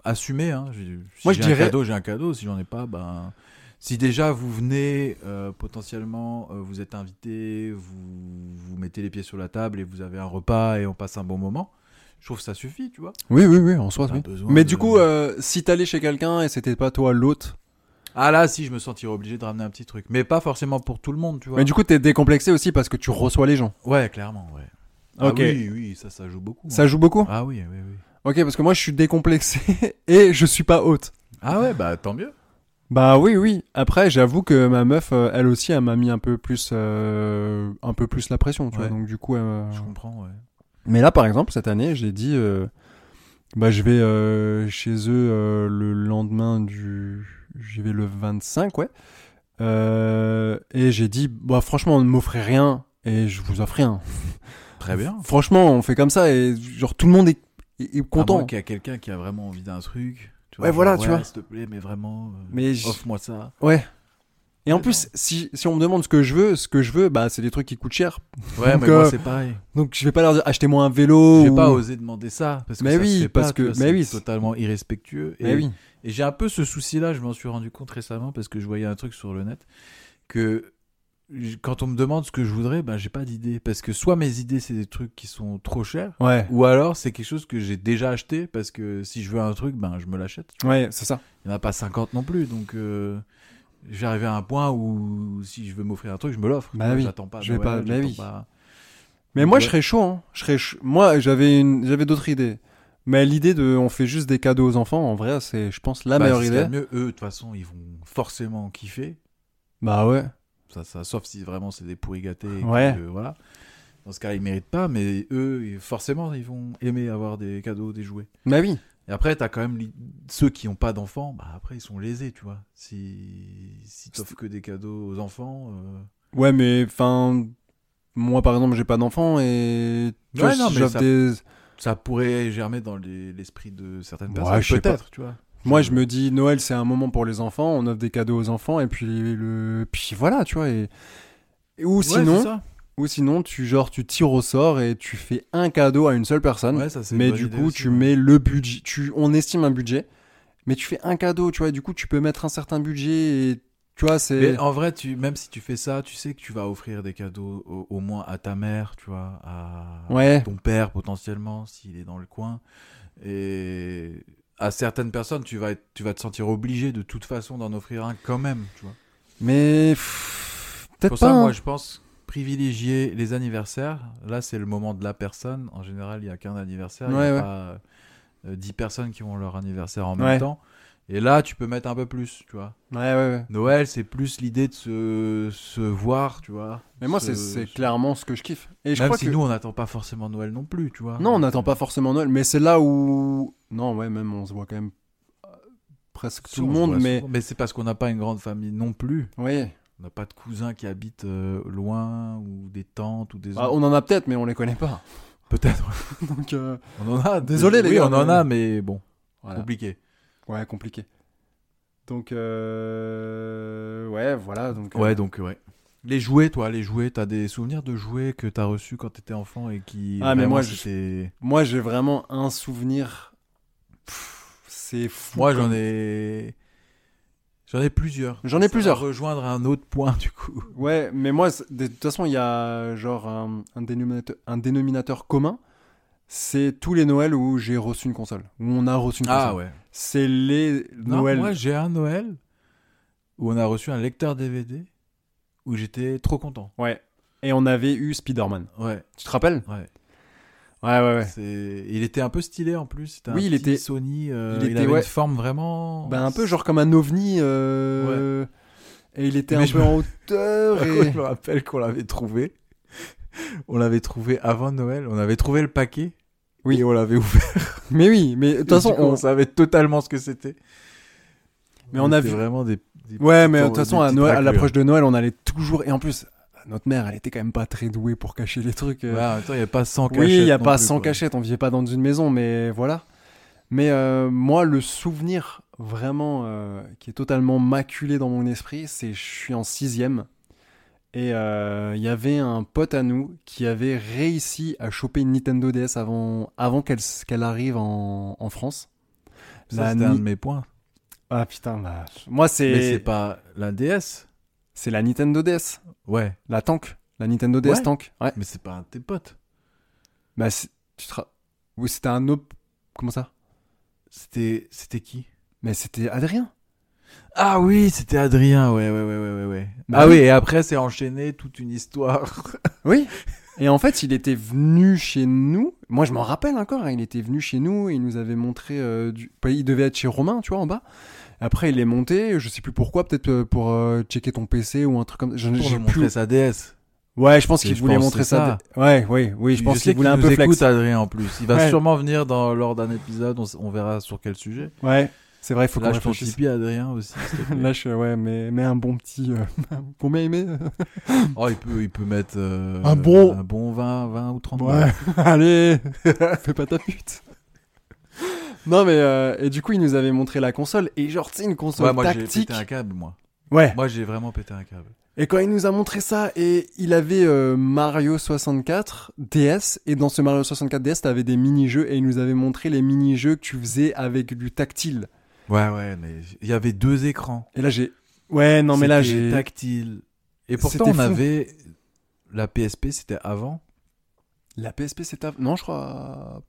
assumer. Hein. J'ai- Si
Moi, je
j'ai
dirais-
un cadeau, j'ai un cadeau. Si j'en ai pas, ben Si déjà vous venez, euh, potentiellement, euh, vous êtes invité, vous, vous mettez les pieds sur la table et vous avez un repas et on passe un bon moment, je trouve que ça suffit, tu vois.
Oui, oui, oui, en soi,
Pas
Ah, oui.
besoin
Mais
de-
du coup, euh, si t'allais chez quelqu'un et c'était pas toi l'hôte,
Ah là, si, je me sentirais obligé de ramener un petit truc. Mais pas forcément pour tout le monde, tu vois.
mais du coup, t'es décomplexé aussi parce que tu reçois les gens.
Ouais, clairement, ouais. Ah oui, oui, ça, ça joue beaucoup. hein.
Ça joue beaucoup
Ah oui, oui, oui.
Ok, parce que moi, je suis décomplexé et je suis pas hôte.
Ah ouais, bah tant mieux.
Bah oui, oui. Après, j'avoue que ma meuf, euh, elle aussi, elle m'a mis un peu plus, euh, un peu plus la pression, tu
Ouais.
vois. Donc du coup, euh,
Je comprends, ouais.
mais là, par exemple, cette année, j'ai dit, euh, bah je vais euh, chez eux euh, le lendemain du, j'y vais le 25, ouais. Euh, et j'ai dit, bah franchement, on ne m'offrait rien et je vous offre rien.
Très bien.
Franchement, on fait comme ça et genre tout le monde est, est- est
À
content.
moins qu'il y a quelqu'un qui a vraiment envie d'un truc. Tu
Ouais,
genre,
voilà, tu vois.
S'il te plaît, mais vraiment, euh,
Mais j-
offre-moi ça.
ouais. Et en
Ouais,
plus,
non.
si, si on me demande ce que je veux, ce que je veux, bah c'est des trucs qui coûtent cher.
Ouais,
Donc,
mais moi
euh,
c'est pareil.
Donc je vais pas leur dire achetez-moi un vélo.
J'ai
ou-
pas osé demander ça parce que
Mais
ça se
oui,
fait pas,
parce
tu
que-
vois,
mais
c'est
oui, c'est-
totalement irrespectueux.
Mais
et
oui.
Et j'ai un peu ce souci-là, je m'en suis rendu compte récemment parce que je voyais un truc sur le net que j- quand on me demande ce que je voudrais, ben j'ai pas d'idée parce que soit mes idées c'est des trucs qui sont trop chers,
Ouais.
ou alors c'est quelque chose que j'ai déjà acheté parce que si je veux un truc, ben je me l'achète.
Ouais, c'est ça.
Il n'y en a pas 50 non plus, donc euh, j'arrive à un point où si je veux m'offrir un truc, je me l'offre.
Bah oui,
j'attends pas.
je
Noël,
vais pas- bah
j'attends
oui.
pas-
Mais moi,
Ouais.
je serais chaud. Hein. Je serais ch- Moi, j'avais une... j'avais d'autres idées. Mais l'idée de, on fait juste des cadeaux aux enfants, en vrai, c'est, je pense, la
Bah,
meilleure
c'est ce qu'il y a
idée.
de mieux, eux, de toute façon, ils vont forcément kiffer.
Bah ouais.
Ça, ça- sauf si vraiment c'est des pourris gâtés. et
Ouais.
que, euh, voilà. Dans ce cas, ils méritent pas, mais eux, ils- forcément, ils vont aimer avoir des cadeaux, des jouets.
Bah oui.
Et après, t'as quand même li- ceux qui n'ont pas d'enfants, bah après, ils sont lésés, tu vois. Si, si t'offres que des cadeaux aux enfants. euh,
Ouais, mais enfin, moi, par exemple, j'ai pas d'enfant et tu
Ouais,
vois,
non,
si
mais
j'offre
ça-
des-
Ça pourrait germer dans les- l'esprit de certaines
Ouais,
personnes.
je sais
Peut-être, tu vois.
Moi, je me dis, Noël, c'est un moment pour les enfants. On offre des cadeaux aux enfants et puis le, puis voilà, tu vois. Et... et- Ou
Ouais, c'est
sinon,
ça.
ou sinon, tu genre, tu tires au sort et tu fais un cadeau à une seule personne.
Ouais, ça, c'est une
mais
bonne
du
idée
coup
aussi,
tu
ouais.
mets le budget tu on estime un budget mais tu fais un cadeau tu vois et du coup tu peux mettre un certain budget et tu vois c'est
Mais en vrai, tu, même si tu fais ça, tu sais que tu vas offrir des cadeaux au, au moins à ta mère, tu vois, à
ouais
ton père potentiellement, s'il est dans le coin. Et à certaines personnes, tu vas, être, tu vas te sentir obligé de toute façon d'en offrir un quand même, tu vois.
mais pff, peut-être
Pour
pas
ça,
hein.
moi, je pense privilégier les anniversaires. Là, c'est le moment de la personne. En général, il n'y a qu'un anniversaire. il n'y
Ouais,
a
ouais.
pas euh, 10 personnes qui ont leur anniversaire en
Ouais.
même temps. Et là, tu peux mettre un peu plus, tu vois.
ouais ouais ouais
Noël, c'est plus l'idée de se, se voir, tu vois.
mais moi
Se-
c'est c'est clairement ce que je kiffe et je
Même
crois
si
que
nous, on n'attend pas forcément Noël non plus, tu vois.
non on n'attend pas forcément Noël mais c'est là où non ouais même on se voit quand même euh, presque
Si,
tout le
on se
monde
voit
mais
souvent. Mais c'est parce qu'on n'a pas une grande famille non plus.
ouais
On n'a pas de cousins qui habitent euh, loin ou des tantes ou des.
Ah, on en a peut-être mais on les connaît pas
Peut-être.
donc euh,
On en a.
Désolé, les
Oui,
gars,
on en
mais-
a, mais bon,
voilà.
compliqué.
ouais compliqué donc euh, ouais voilà donc euh,
Ouais, donc ouais. Les jouets, toi, les jouets, t'as des souvenirs de jouets que t'as reçus quand t'étais enfant et qui.
Ah, mais
vraiment,
moi, je-
c'était.
Moi, j'ai vraiment un souvenir. Pff, C'est fou.
Moi, j'en
comme-
ai. J'en ai plusieurs.
J'en ai
Ça va
plusieurs.
Rejoindre un autre point, du coup.
Ouais, mais moi, c'est- de toute façon, il y a genre un, un dénominateur, un dénominateur commun. C'est tous les Noëls où j'ai reçu une console. Où on a reçu une console.
ouais.
C'est les
Non,
Noëls.
Moi, j'ai un Noël où on a reçu un lecteur DVD où j'étais trop content.
Ouais. Et on avait eu Spider-Man.
Ouais,
Tu te rappelles
ouais.
Ouais, ouais, ouais.
C'est- Il était un peu stylé en plus. C'était un
Oui, il
petit
était-
Sony. euh,
il
il,
était,
avait
ouais.
une forme vraiment.
Ben, un peu genre comme un ovni. euh, Et il était
Mais
un
je
peu
me- Ah,
en hauteur.
Je
et-
me rappelle qu'on l'avait trouvé. On l'avait trouvé avant Noël. On avait trouvé le paquet.
Oui.
Et on l'avait ouvert.
Mais oui, mais de toute façon,
Du coup, on...
on...
savait totalement ce que c'était.
Mais on a
était
vu-
vraiment des. des
Ouais, mais de
petites-
toute façon,
des
à,
petites
Noël- à
raclures.
l'approche de Noël, on allait toujours. Et en plus, notre mère, elle était quand même pas très douée pour cacher les trucs. euh.
Ouais, en même temps, il n'y a pas 100 cachettes.
oui, il n'y a
non
pas
plus,
100
quoi.
cachettes, on vivait pas dans une maison, mais voilà. Mais euh, moi, le souvenir vraiment euh, qui est totalement maculé dans mon esprit, c'est je suis en sixième. Et euh, il y avait un pote à nous qui avait réussi à choper une Nintendo DS avant, avant qu'elle s- qu'elle arrive en, en France.
Ça,
La
c'était un
Ni-
de mes points.
Ah putain, bah. Moi,
Mais c'est
c'est.
pas la DS.
C'est la Nintendo DS.
Ouais,
La Tank. La Nintendo DS
Ouais.
Tank. Ouais.
mais c'est pas un de tes potes.
Bah, c'est- tu te. ra- Oui, c'était un op. Comment ça
C'était c'était qui
Mais c'était Adrien.
Ah oui, c'était Adrien. Ouais, ouais, ouais, ouais, ouais. ouais.
Bah
ah
oui.
oui, et après, c'est enchaîné toute une histoire.
Oui. Et en fait, il était venu chez nous. Moi, je m'en rappelle encore. hein, Il était venu chez nous. Il nous avait montré. euh, du... bah, Il devait être chez Romain, tu vois, en bas. Après, il est monté. Je sais plus pourquoi. Peut-être euh, pour euh, checker ton PC ou un truc comme ça. Je-
Pour
j'ai
nous
plus-
montrer sa DS.
Ouais, je pense qu'il
je
voulait
pense
montrer
c'est
ça. Ouais, oui, oui. Je pense
sais
qu'il voulait un
nous
peu
écoute,
flex.
Adrien, en plus. Il va
Ouais.
sûrement venir dans, lors d'un épisode. On, s- on verra sur quel sujet.
Ouais. C'est vrai, il faut qu'on
Là, je pense
réfléchisse.
Tipeee, Adrien aussi. s'il te plaît.
Lâche, ouais, mais, mais un bon petit. euh, combien il met
Oh, il peut, il peut mettre euh,
Un bon-
un bon 20, 20 ou 30
Ouais,
balles.
allez, fais pas ta pute. Non, mais. euh, et du coup, il nous avait montré la console. Et genre, c'est une console
Ouais, moi j'ai
tactique.
pété un câble, moi.
Ouais.
Moi j'ai vraiment pété un câble.
Et quand il nous a montré ça, et il avait euh, Mario 64 DS, et dans ce Mario 64 DS, t'avais des mini-jeux, et il nous avait montré les mini-jeux que tu faisais avec du tactile.
Ouais, ouais, mais il y avait deux écrans.
Et là, j'ai. Ouais, non, mais là,
C'était
j'ai.
Tactile. Et pourtant,
C'était
on
fou.
avait. La PSP, c'était avant.
La PSP, c'est ta. Non, je crois.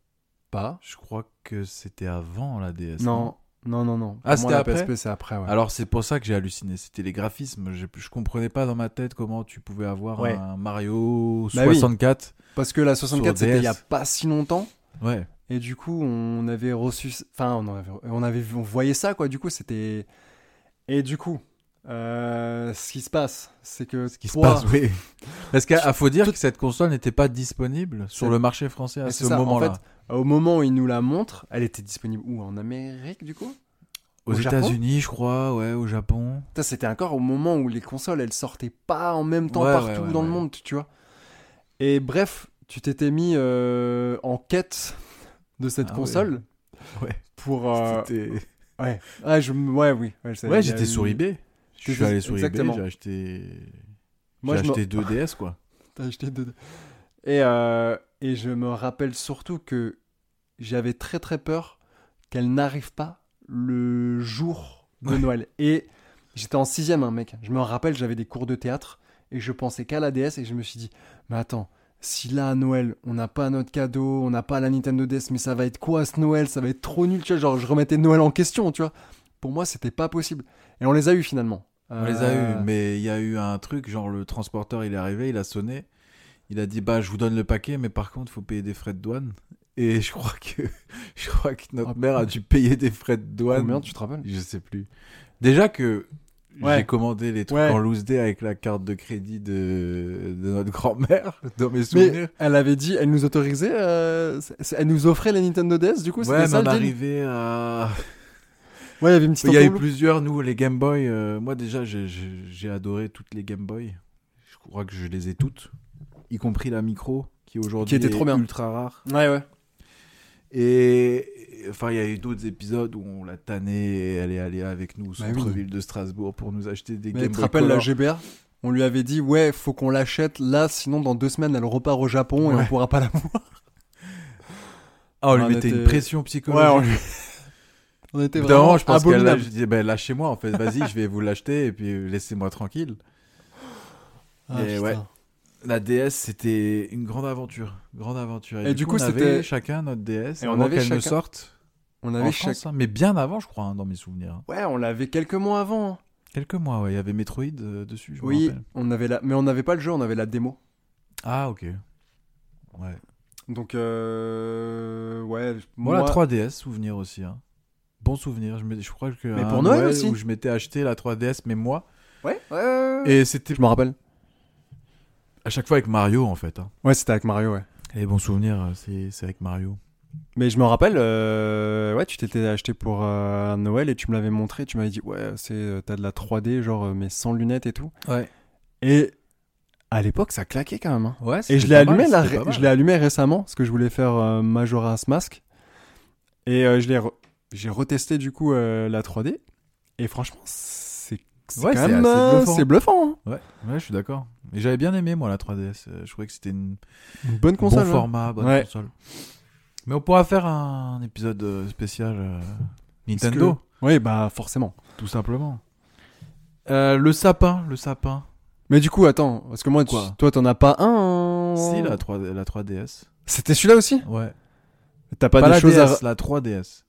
Pas.
Je crois que c'était avant la DS.
Non, non, non, non.
Ah,
Pour
c'était
moi, la
après Ah.
PSP, c'est après, ouais.
Alors, c'est pour ça que j'ai halluciné. C'était les graphismes. Je, je comprenais pas dans ma tête comment tu pouvais avoir
Ouais.
un Mario
Bah oui.
64.
Parce que la 64,
Sur
c'était il y a
DS.
pas si longtemps.
Ouais.
Et du coup, on avait reçu. Enfin, on, avait... on, avait... on voyait ça, quoi. Du coup, c'était. Et du coup, euh, ce qui se passe, c'est que.
Ce qui se
toi-
passe, oui. Parce qu'il faut dire que cette console n'était pas disponible sur
C'est-
le marché français à
Mais
ce
c'est ça, en
moment-là.
fait, Au moment où il nous la montre, elle était disponible où En Amérique, du coup
Aux
au Japon
États-Unis, je crois, ouais, au Japon.
Putain, C'était encore au moment où les consoles, elles sortaient pas en même temps
Ouais,
partout
ouais, ouais,
dans le
ouais.
monde, tu vois. Et bref, tu t'étais mis euh, en quête de cette
Ah ouais.
console
Ouais.
pour. euh,
C'était-
Ouais. Ouais, je... ouais, oui. Ouais, ça-
Ouais,
il y a
j'étais
eu-
sur eBay. Je suis
T'étais-
allé sur
exactement.
eBay, j'ai acheté.
Moi,
j'ai
je me-
acheté deux DS, quoi.
T'as acheté deux. Et, euh, et je me rappelle surtout que j'avais très très peur qu'elle n'arrive pas le jour de
Ouais.
Noël. Et j'étais en sixième, hein, mec. Je me rappelle, j'avais des cours de théâtre et je pensais qu'à la DS et je me suis dit, mais attends, si là à Noël, on n'a pas notre cadeau, on n'a pas la Nintendo DS, mais ça va être quoi ce Noël Ça va être trop nul, tu vois. Genre, je remettais Noël en question, tu vois. Pour moi, c'était pas possible. Et on les a eu finalement. Euh,
On les
Ah.
a eu, mais il y a eu un truc, genre le transporteur, il est arrivé, il a sonné. Il a dit, bah, je vous donne le paquet, mais par contre, faut payer des frais de douane. Et je crois que, je crois que notre
Ah,
mère a dû payer des frais de douane.
Combien tu te rappelles
Je sais plus. Déjà que
Ouais.
j'ai commandé les trucs
Ouais.
en loose day avec la carte de crédit de, de notre grand-mère, dans mes
Mais
souvenirs.
elle avait dit, elle nous autorisait, euh, c'est- c'est- elle nous offrait la Nintendo DS, du coup, c'était
ouais, mais
ça
on
le deal
arrivait à.
Ouais, il y avait une petite
Il y a eu
entourloupe.
plusieurs, nous, les Game Boy. euh, moi, déjà, j'ai- j'ai j'ai adoré toutes les Game Boy. Je crois que je les ai toutes, y compris la micro, qui aujourd'hui
Qui était
est
trop bien.
ultra rare.
Ouais, ouais.
Et et, enfin, il y a eu d'autres épisodes où on l'a tannée et elle est allée avec nous au
Bah oui.
centre-ville de Strasbourg pour nous acheter des
Mais
Game
tu te
Boy
rappelles la
Color.
GBA On lui avait dit, ouais, faut qu'on l'achète là, sinon dans deux semaines, elle repart au Japon et
Ouais.
on pourra pas la voir.
Ah, on lui
on
mettait
était-
une pression psychologique.
on, lui- on était
Évidemment,
vraiment
je pense qu'elle l'a-
abominable.
je dis, ben, lâchez-moi, en fait, vas-y, je vais vous l'acheter et puis laissez-moi tranquille.
Ah,
Et
putain.
ouais. La DS, c'était une grande aventure. Grande aventure. Et, du, coup, on
c'était-
avait chacun notre DS.
Et
Et
on
on avant
avait
qu'elle ne
chacun-
sorte.
On
en
avait
France,
chaque...
hein. Mais bien avant, je crois, hein, dans mes souvenirs. hein.
Ouais, on l'avait quelques mois avant. hein.
Quelques mois, ouais. Il y avait Metroid euh, dessus, je me
Oui,
rappelle.
on avait la... mais on n'avait pas le jeu, on avait la démo.
Ah, ok. Ouais.
Donc, euh... ouais, je-
Moi,
moi,
la 3DS, souvenir aussi. hein. Bon souvenir. Je, me- je crois que.
Mais
à
pour
un
Noël aussi.
Où je m'étais acheté la 3DS, mais moi.
Ouais, ouais, ouais, ouais.
Et c'était
je me rappelle.
à chaque fois avec Mario, en fait. hein.
Ouais, c'était avec Mario, ouais.
Les bons souvenirs, euh, c'est c'est avec Mario.
Mais je me rappelle, euh, ouais, tu t'étais acheté pour euh, un Noël et tu me l'avais montré. Tu m'avais dit, ouais, c'est, euh, t'as de la 3D, genre, euh, mais sans lunettes et tout.
Ouais.
Et à l'époque, ça claquait quand même. hein.
Ouais,
Et je
c'était
l'ai
pas mal,
allumé, là,
c'était pas mal.
je l'ai allumé récemment parce que je voulais faire euh, Majora's Mask. Et euh, je l'ai, re- j'ai retesté du coup euh, la 3D. Et franchement, c'est, c'est
Ouais,
quand
c'est
même,
assez
euh,
bluffant.
c'est bluffant. hein.
Ouais, ouais, je suis d'accord. Et j'avais bien aimé, moi, la 3DS. Euh, Je trouvais que c'était une
Une bonne console.
Mm. bon
hein.
format, bonne
Ouais.
console. Mais on pourra faire un épisode euh, spécial euh, Nintendo.
Parce Oui, bah forcément.
tout simplement. Euh, le sapin, le sapin.
Mais du coup, attends, parce que moi, tu-
Quoi
toi, t'en as pas un. en-
Si, la, 3, la 3DS.
C'était celui-là aussi
Ouais.
T'as
Pas,
pas, des
la
choses
DS, la 3DS.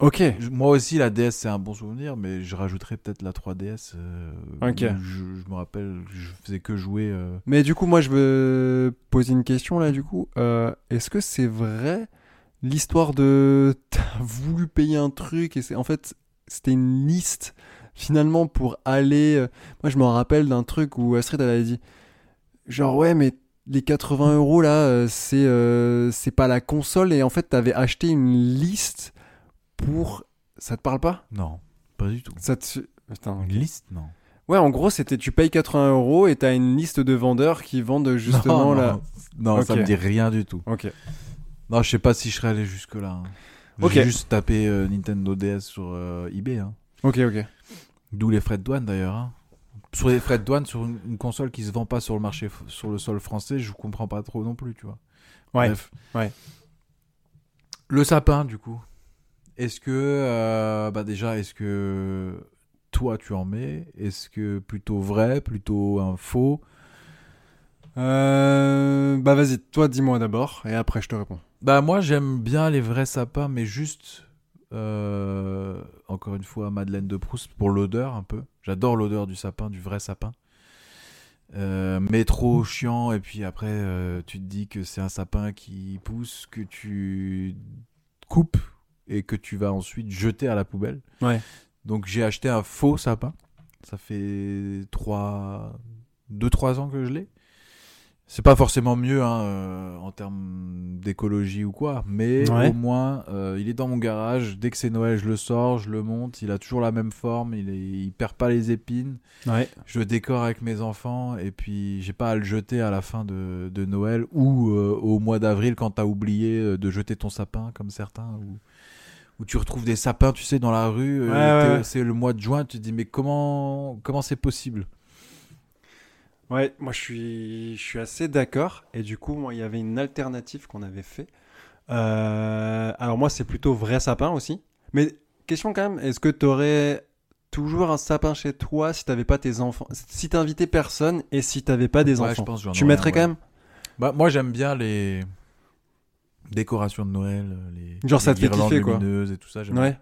à. Ok.
Je- Moi aussi, la DS, c'est un bon souvenir, mais je rajouterais peut-être la 3DS. euh,
Ok.
où Je, je me rappelle, je faisais que jouer. euh,
Mais du coup, moi, je veux poser une question là, du coup. Euh, Est-ce que c'est vrai l'histoire de t'as voulu payer un truc et c'est en fait c'était une liste finalement pour aller. euh, Moi, je me rappelle d'un truc où Astrid elle avait dit genre ouais, mais les 80 euros là, euh, c'est euh, c'est pas la console et en fait t'avais acheté une liste pour. Ça te parle pas
Non, pas du tout.
Ça te. Putain,
Une liste, non.
Ouais, en gros, c'était tu payes 80 euros et t'as une liste de vendeurs qui vendent justement
non,
la.
Non, Oh, non, ça
Ok.
me dit rien du tout.
Ok.
Non, je sais pas si je serais allé jusque-là. hein. J'ai
Ok.
juste tapé euh, Nintendo DS sur euh, eBay. hein.
Ok, ok.
D'où les frais de douane d'ailleurs. hein. Sur les frais de douane sur une, une console qui se vend pas sur le marché, f- sur le sol français, je comprends pas trop non plus, tu vois.
Ouais,
Bref.
ouais.
Le sapin, du coup. Est-ce que, euh, bah déjà, est-ce que toi tu en mets Est-ce que plutôt vrai, plutôt un faux
Euh, bah vas-y, toi dis-moi d'abord et après je te réponds.
Bah moi j'aime bien les vrais sapins, mais juste euh, encore une fois Madeleine de Proust pour l'odeur un peu. J'adore l'odeur du sapin, du vrai sapin. Euh, mais trop chiant et puis après euh, tu te dis que c'est un sapin qui pousse, que tu coupes et que tu vas ensuite jeter à la poubelle.
Ouais.
Donc j'ai acheté un faux sapin. Ça fait 3 2 3 ans que je l'ai. C'est pas forcément mieux hein, euh, en termes d'écologie ou quoi, mais
Ouais.
au moins euh, il est dans mon garage. Dès que c'est Noël, je le sors, je le monte. Il a toujours la même forme, il, est- il perd pas les épines.
Ouais.
Je le décore avec mes enfants et puis j'ai pas à le jeter à la fin de, de Noël ou euh, au mois d'avril quand t'as oublié euh, de jeter ton sapin comme certains ou où tu retrouves des sapins, tu sais, dans la rue. euh,
Ouais, ouais,
t'es-
ouais.
C'est le mois de juin, tu te dis mais comment comment c'est possible
Ouais, moi je suis, je suis assez d'accord. Et du coup, moi, il y avait une alternative qu'on avait fait. Euh, alors moi, c'est plutôt vrai sapin aussi. Mais question quand même, est-ce que t'aurais toujours un sapin chez toi si t'avais pas tes enfants, si t'invitais personne et si t'avais pas des
Ouais, je
enfants
pense que j'en
Tu
aurais un,
mettrais quand
ouais.
même
Bah, moi, j'aime bien les décorations de Noël, euh, les
Genre,
les
ça te fait
guirlandes
kiffer, quoi.
lumineuses et tout ça. J'aime
Ouais.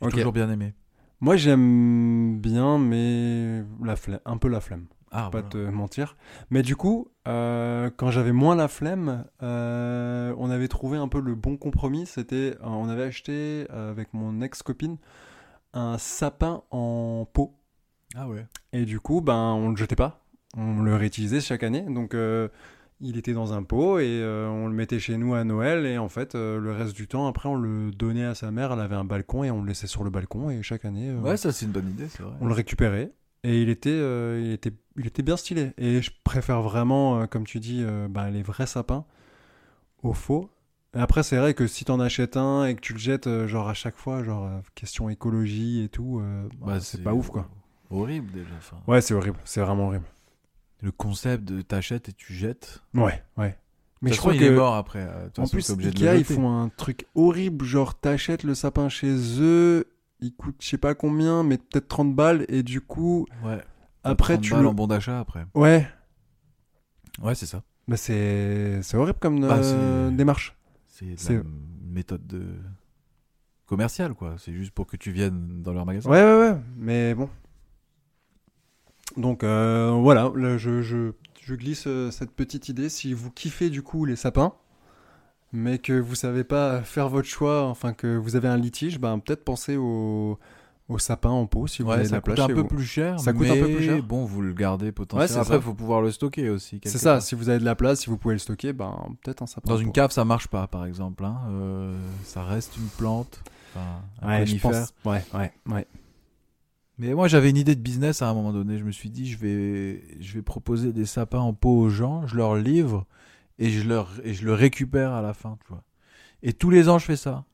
J'ai
Ok.
toujours bien aimé.
Moi, j'aime bien, mais la flemme, un peu la flemme,
Ah,
pas
voilà.
te mentir. Mais du coup, euh, quand j'avais moins la flemme, euh, on avait trouvé un peu le bon compromis. C'était, euh, on avait acheté euh, avec mon ex-copine un sapin en pot.
ah ouais.
Et du coup, ben, on le jetait pas. On le réutilisait chaque année. Donc, euh, il était dans un pot et euh, on le mettait chez nous à Noël. Et en fait, euh, le reste du temps, après, on le donnait à sa mère. Elle avait un balcon et on le laissait sur le balcon. Et chaque année, euh,
Ouais, ça, c'est une bonne idée, c'est vrai. Bah,
on le récupérait et il était, euh, il était, il était bien stylé. Et je préfère vraiment, euh, comme tu dis, euh, bah, les vrais sapins aux faux. Et après, c'est vrai que si t'en achètes un et que tu le jettes, euh, genre à chaque fois, genre euh, question écologie et tout, euh, bah,
Bah,
c'est pas ouf quoi.
Horrible déjà. enfin.
Ouais, c'est horrible, c'est vraiment horrible.
Le concept de t'achètes et tu jettes.
Ouais, ouais. Mais
crois
je crois
qu'il est
que
mort après. euh, de toute
en
façon,
plus,
t'es obligé de le
Ikea, ils
jeter.
font un truc horrible, genre t'achètes le sapin chez eux, il coûte je sais pas combien, mais peut-être 30 balles, et du coup,
Ouais.
après
30
tu
balles
le...
en bon d'achat après.
Ouais,
Ouais, c'est ça.
Bah c'est c'est horrible comme
Bah,
euh,
c'est-
démarche.
C'est de
C'est-
la m- méthode de... commerciale quoi. C'est juste pour que tu viennes dans leur magasin.
Ouais ouais ouais, mais bon. Donc euh, voilà, là, je, je, je glisse euh, cette petite idée. Si vous kiffez du coup les sapins, mais que vous savez pas faire votre choix, enfin que vous avez un litige, ben peut-être pensez au, au sapin en pot si vous
Ouais,
avez de
ça
la
coûte
place
un
chez
peu
vous.
plus cher.
Ça coûte un peu
mais
plus cher.
Bon, vous le gardez potentiellement.
c'est
Après,
ça.
faut pouvoir le stocker aussi. quelque
C'est ça,
part.
si vous avez de la place, si vous pouvez le stocker, ben peut-être un sapin.
Dans
en
une
pot.
cave, ça marche pas, par exemple. hein. Euh, ça reste une plante. enfin, un
Ouais, je
conifère.
pense. Ouais, ouais, ouais.
Mais moi, j'avais une idée de business à un moment donné. Je me suis dit, je vais, je vais proposer des sapins en pot aux gens. Je leur livre et je leur et je le récupère à la fin, tu vois. Et tous les ans, je fais ça.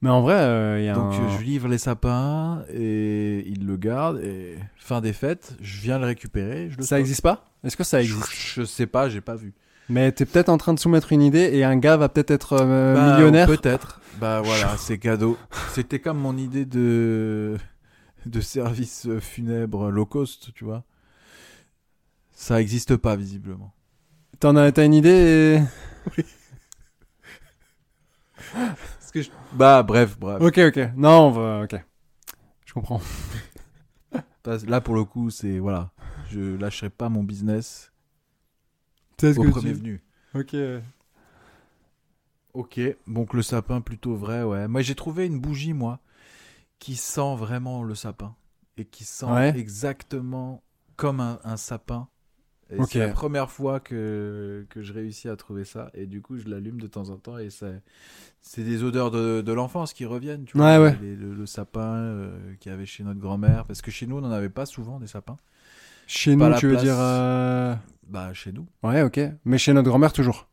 Mais en vrai, il y a
Donc,
un-
je livre les sapins et ils le gardent. Et fin des fêtes, je viens le récupérer. Je le
ça
stocke.
existe pas Est-ce que ça existe
Je, je sais pas, j'ai pas vu.
Mais t'es peut-être en train de soumettre une idée et un gars va peut-être être, euh,
Bah,
millionnaire.
Peut-être. Bah voilà, c'est cadeau. C'était comme mon idée de de service funèbre low cost, tu vois. Ça existe pas visiblement.
T'en as, t'as une idée
Bah bref, bref.
Ah, Ok, ok. Non, on va. Ok. Je comprends.
Parce- Là pour le coup, c'est voilà, je lâcherai pas mon business
Peut-être
au
que
premier
tu-
venu.
Ok. euh,
Ok, donc le sapin plutôt vrai, ouais. Moi j'ai trouvé une bougie, moi, qui sent vraiment le sapin. Et qui sent
Ouais.
exactement comme un, un sapin. Et
Ok.
c'est la première fois que, que je réussis à trouver ça. Et du coup, je l'allume de temps en temps. Et ça, c'est des odeurs de, de l'enfance qui reviennent. Tu vois,
Ouais, ouais.
Les- le, le sapin euh, qu'il y avait chez notre grand-mère. Parce que chez nous, on n'en avait pas souvent des sapins.
Chez
Pas
nous,
la
tu veux
place.
dire. euh,
Bah, chez nous.
Ouais, ok. Mais chez notre grand-mère, toujours.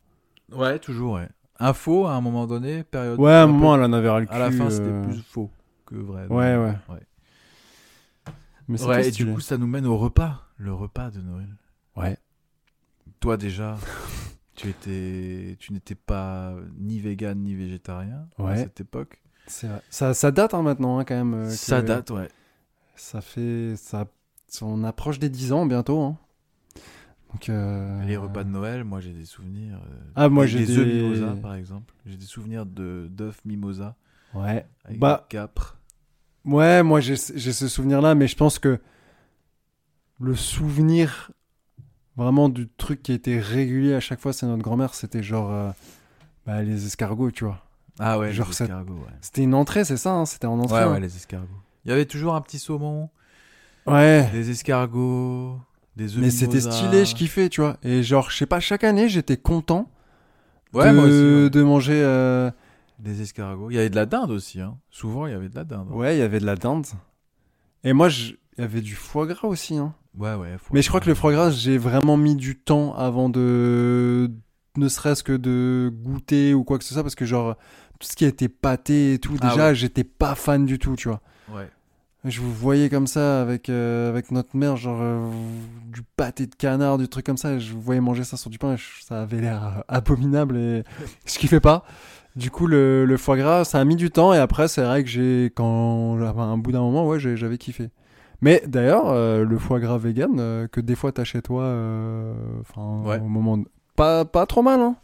Ouais, toujours, ouais. Info à un moment donné, période.
Ouais, à un
peu
moment, elle en avait ras le cul.
Euh, À la fin,
euh,
c'était plus faux que vrai.
Ouais,
Donc,
ouais. Mais c'était
Ouais, et du
stylé.
coup, ça nous mène au repas, le repas de Noël.
Ouais.
Toi déjà, tu étais, tu n'étais pas ni vegan ni végétarien à
Ouais.
cette époque.
C'est vrai. Ça, ça date hein, maintenant, hein, quand même. euh,
Ça
que-
date, ouais.
Ça fait. Ça... On approche des 10 ans bientôt. Hein. Donc, euh,
Les repas de Noël, moi j'ai des souvenirs. euh,
Ah, moi,
des-
j'ai
des œufs
des-
mimosa par exemple. J'ai des souvenirs de d'œufs mimosa
Ouais.
avec
Bah.
des capres.
Ouais, moi j'ai j'ai ce souvenir-là, mais je pense que le souvenir vraiment du truc qui était régulier à chaque fois, c'est notre grand-mère, c'était genre euh, bah, les escargots, tu vois.
Ah ouais,
Genre
les
ça-
escargots. Ouais.
C'était une entrée, c'est ça, hein, c'était en entrée.
ouais,
hein.
ouais, les escargots. Il y avait toujours un petit saumon,
Ouais,
des escargots, des œufs
mais c'était
mimosa.
stylé, je kiffais, tu vois. Et genre, je sais pas, chaque année, j'étais content
Ouais,
de,
moi aussi, ouais.
de manger. euh,
Des escargots. Il y avait de la dinde aussi. Hein. Souvent, il y avait de la dinde. hein.
Ouais, il y avait de la dinde. Et moi, je- il y avait du foie gras aussi, hein.
Ouais, ouais. faut-
Mais je crois que le foie gras, j'ai vraiment mis du temps avant de. ne serait-ce que de goûter ou quoi que ce soit, parce que genre, tout ce qui était pâté et tout,
Ah
déjà, j'étais pas fan du tout, tu vois.
Ouais.
Je vous voyais comme ça avec, euh, avec notre mère, genre euh, du pâté de canard, du truc comme ça, et je vous voyais manger ça sur du pain, et je- ça avait l'air euh, abominable et je kiffais pas. Du coup, le, le foie gras, ça a mis du temps, et après, c'est vrai que j'ai, quand j'avais un bout d'un moment, ouais, j'ai- j'avais kiffé. Mais d'ailleurs, euh, le foie gras vegan, euh, que des fois t'as chez toi, euh, enfin,
Ouais.
au moment. de- Pas, pas trop mal, hein.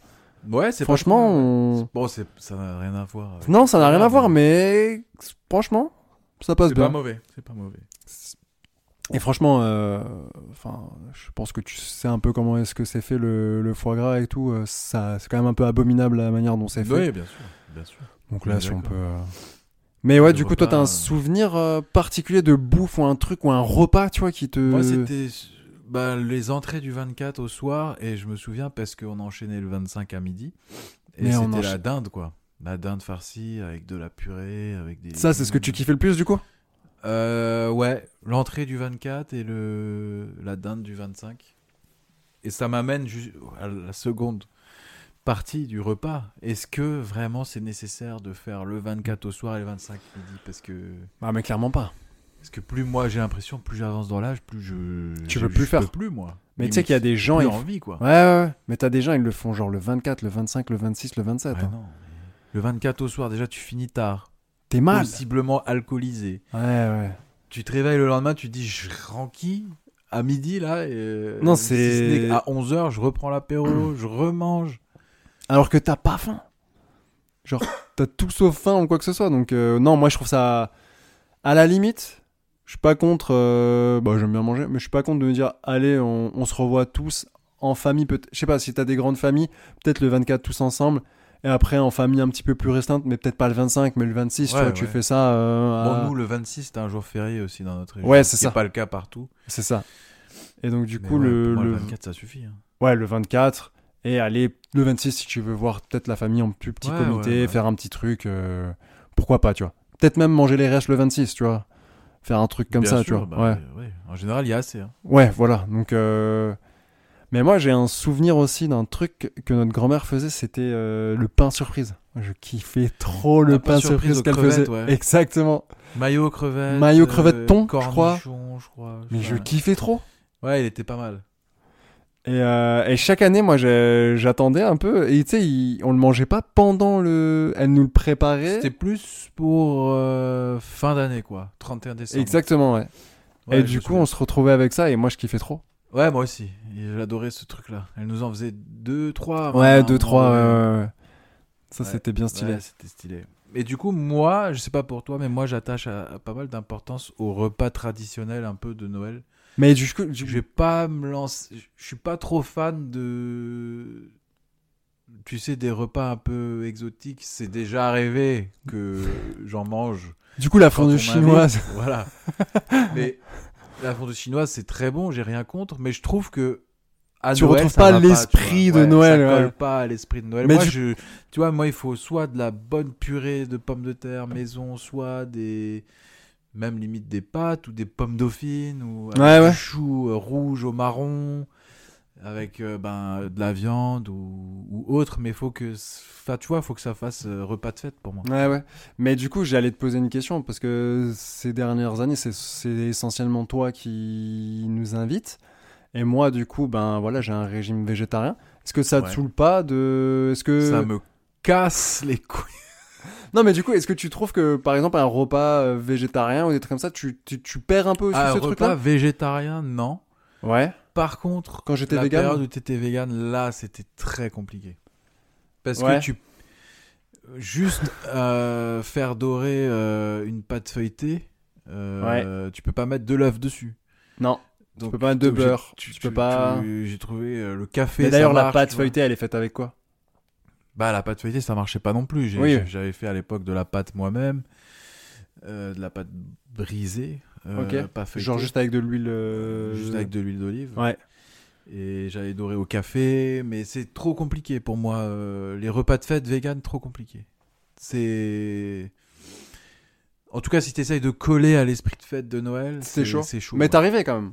Ouais, c'est pas
Franchement,
trop mal, ouais.
on-
Bon, c'est... ça n'a rien à voir. euh. avec-
non, ça n'a rien à
Ouais,
voir,
mais-
mais franchement, ça passe
C'est pas
bien.
mauvais. C'est pas mauvais.
Et franchement, euh, enfin, je pense que tu sais un peu comment est-ce que c'est fait le, le foie gras et tout. euh, Ça, c'est quand même un peu abominable la manière dont c'est fait.
Oui, bien sûr. Bien sûr.
Donc
on
là,
est
si on
d'accord.
peut. euh, Mais ouais,
Le
du coup, toi,
repas,
t'as un
euh,
souvenir euh, particulier de bouffe ou un truc ou un repas, tu vois, qui te.
Moi, c'était bah, les entrées du 24 au soir. Et je me souviens parce qu'on enchaînait le 25 à midi. Et
Mais on
c'était
enchaî-
la dinde, quoi. La dinde farcie avec de la purée, avec des.
Ça, c'est ce que tu
légumes.
kiffais le plus, du coup.
Euh, ouais, l'entrée du 24 et le la dinde du 25. Et ça m'amène ju- à la seconde partie du repas. Est-ce que vraiment c'est nécessaire de faire le 24 au soir et le 25 midi Parce que,
Ah, mais clairement pas.
parce que plus moi j'ai l'impression, plus j'avance dans l'âge, plus je.
Tu
je-
veux plus
je
faire.
peux plus moi.
Mais tu sais qu'il y a des gens.
gens
Ils...
ont
Ouais,
envie quoi.
ouais, ouais. Mais t'as des gens, ils le font genre le 24, le 25, le 26, le 27.
Ouais,
hein.
non, mais Le 24 au soir, déjà tu finis tard.
T'es mal.
Possiblement alcoolisé.
Ouais, ouais.
tu te réveilles le lendemain, tu te dis je ranquille à midi là. Et, euh,
Non,
si
c'est-
ce n'est qu'à 11h, je reprends l'apéro, je remange.
Alors que t'as pas faim. Genre, t'as tout sauf faim ou quoi que ce soit. Donc, euh, non, moi, je trouve ça. À la limite, je suis pas contre. euh, bah, j'aime bien manger, mais je suis pas contre de me dire, allez, on, on se revoit tous en famille. peut- Je sais pas, si t'as des grandes familles, peut-être le 24 tous ensemble. Et après, en famille un petit peu plus restreinte, mais peut-être pas le 25, mais le 26, tu
Ouais,
vois, tu
ouais.
fais ça. euh, à-
Bon, nous, le 26, c'était un jour férié aussi dans notre région.
Ouais, c'est
ce qui est
ça.
pas le cas partout.
C'est ça. Et donc, du
Mais
coup,
ouais,
le,
pour moi, le
le-
24, ça suffit. hein.
Ouais, le 24. Et aller le 26 si tu veux voir peut-être la famille en plus petit
Ouais,
comité,
ouais, ouais.
faire un petit truc. euh, pourquoi pas, tu vois. Peut-être même manger les restes le 26, tu vois. Faire un truc comme
Bien
ça, tu
sûr,
vois.
bah,
ouais.
euh, ouais. En général, il y a assez. hein.
ouais, voilà. Donc, euh, Mais moi, j'ai un souvenir aussi d'un truc que notre grand-mère faisait, c'était euh, le pain surprise. Moi, Je kiffais trop le
Ah, pain
pain
surprise
surprise,
aux
qu'elle
crevettes,
faisait.
ouais.
Exactement.
Maillot, crevette.
Maillot, crevette, thon, je crois.
cornichon, je crois.
Mais
sais
je
pas.
kiffais trop.
Ouais, il était pas mal.
Et, euh, et chaque année, moi, j'ai- j'attendais un peu. Et tu sais, il- on le mangeait pas pendant le. Elle nous le préparait.
C'était plus pour euh, fin d'année, quoi. 31 décembre.
Exactement, ouais.
Ouais,
et
je
du
me
coup, on se retrouvait avec ça. Et moi, je kiffais trop.
souviens. Ouais, moi aussi. Et J'adorais ce truc-là. Elle nous en faisait deux, trois.
Ah, Ouais,
vraiment, à un
2, 3.
moment donné.
Ça,
Ouais.
c'était bien stylé.
Ouais, c'était stylé. Et du coup, moi, je sais pas pour toi, mais moi, j'attache à, à pas mal d'importance au repas traditionnel un peu de Noël.
Mais du coup, du-
Je vais pas me lancer. je- Je suis pas trop fan de. Tu sais, des repas un peu exotiques. C'est déjà arrivé que j'en mange.
du coup, la
quand on
fondue
m'invite.
chinoise.
Voilà. mais la fondue chinoise, c'est très bon, j'ai rien contre, mais je trouve que. À
Tu
Noël,
retrouves
ça
pas
va tu
l'esprit
vois.
de
Ouais,
Noël,
Ça colle
ouais.
pas à l'esprit de Noël.
Mais
moi,
du-
je, tu vois, moi, il faut soit de la bonne purée de pommes de terre maison, soit des. Même limite des pâtes ou des pommes dauphines ou avec
Ouais,
du
ouais.
chou euh, rouge au marron, avec euh, ben, de la viande ou, ou autre, mais faut que. Enfin, tu vois, faut que ça fasse euh, repas de fête pour moi.
Ouais, ouais. Mais du coup, j'allais te poser une question parce que ces dernières années, c'est- c'est essentiellement toi qui nous invites. Et moi, du coup, ben voilà, j'ai un régime végétarien. Est-ce que ça te
Ouais.
saoule pas de. Est-ce que.
Ça me casse les couilles.
Non, mais du coup, est-ce que tu trouves que, par exemple, un repas euh, végétarien ou des trucs comme ça, tu, tu, tu perds un peu aussi
Ah,
ce
repas
truc-là
végétarien, non.
Ouais.
Par contre,
Quand j'étais
la
vegan
période où t'étais vegan, là, c'était très compliqué. Parce
Ouais.
que tu... Juste euh, faire dorer euh, une pâte feuilletée, euh, tu peux pas mettre de l'œuf dessus.
Non.
Donc,
tu peux pas mettre de
t'es obligé-
beurre. Tu, peux pas.
tu- J'ai trouvé euh, le café.
Mais
ça
d'ailleurs, la
marche,
pâte
tu vois.
feuilletée, elle est faite avec quoi
Bah, la pâte feuilletée, ça marchait pas non plus. J'ai-
Oui.
j'ai- J'avais fait à l'époque de la pâte moi-même, euh, de la pâte brisée, euh,
Ok.
pas feuilletée.
Genre juste avec de l'huile. euh,
juste avec de l'huile d'olive.
Ouais.
Et j'allais dorer au café, mais c'est trop compliqué pour moi. euh, les repas de fête vegan, trop compliqué. C'est. En tout cas, si t'essayes de coller à l'esprit de fête de Noël,
C'est chaud.
C'est chaud.
Mais
ouais.
t'arrivais quand même.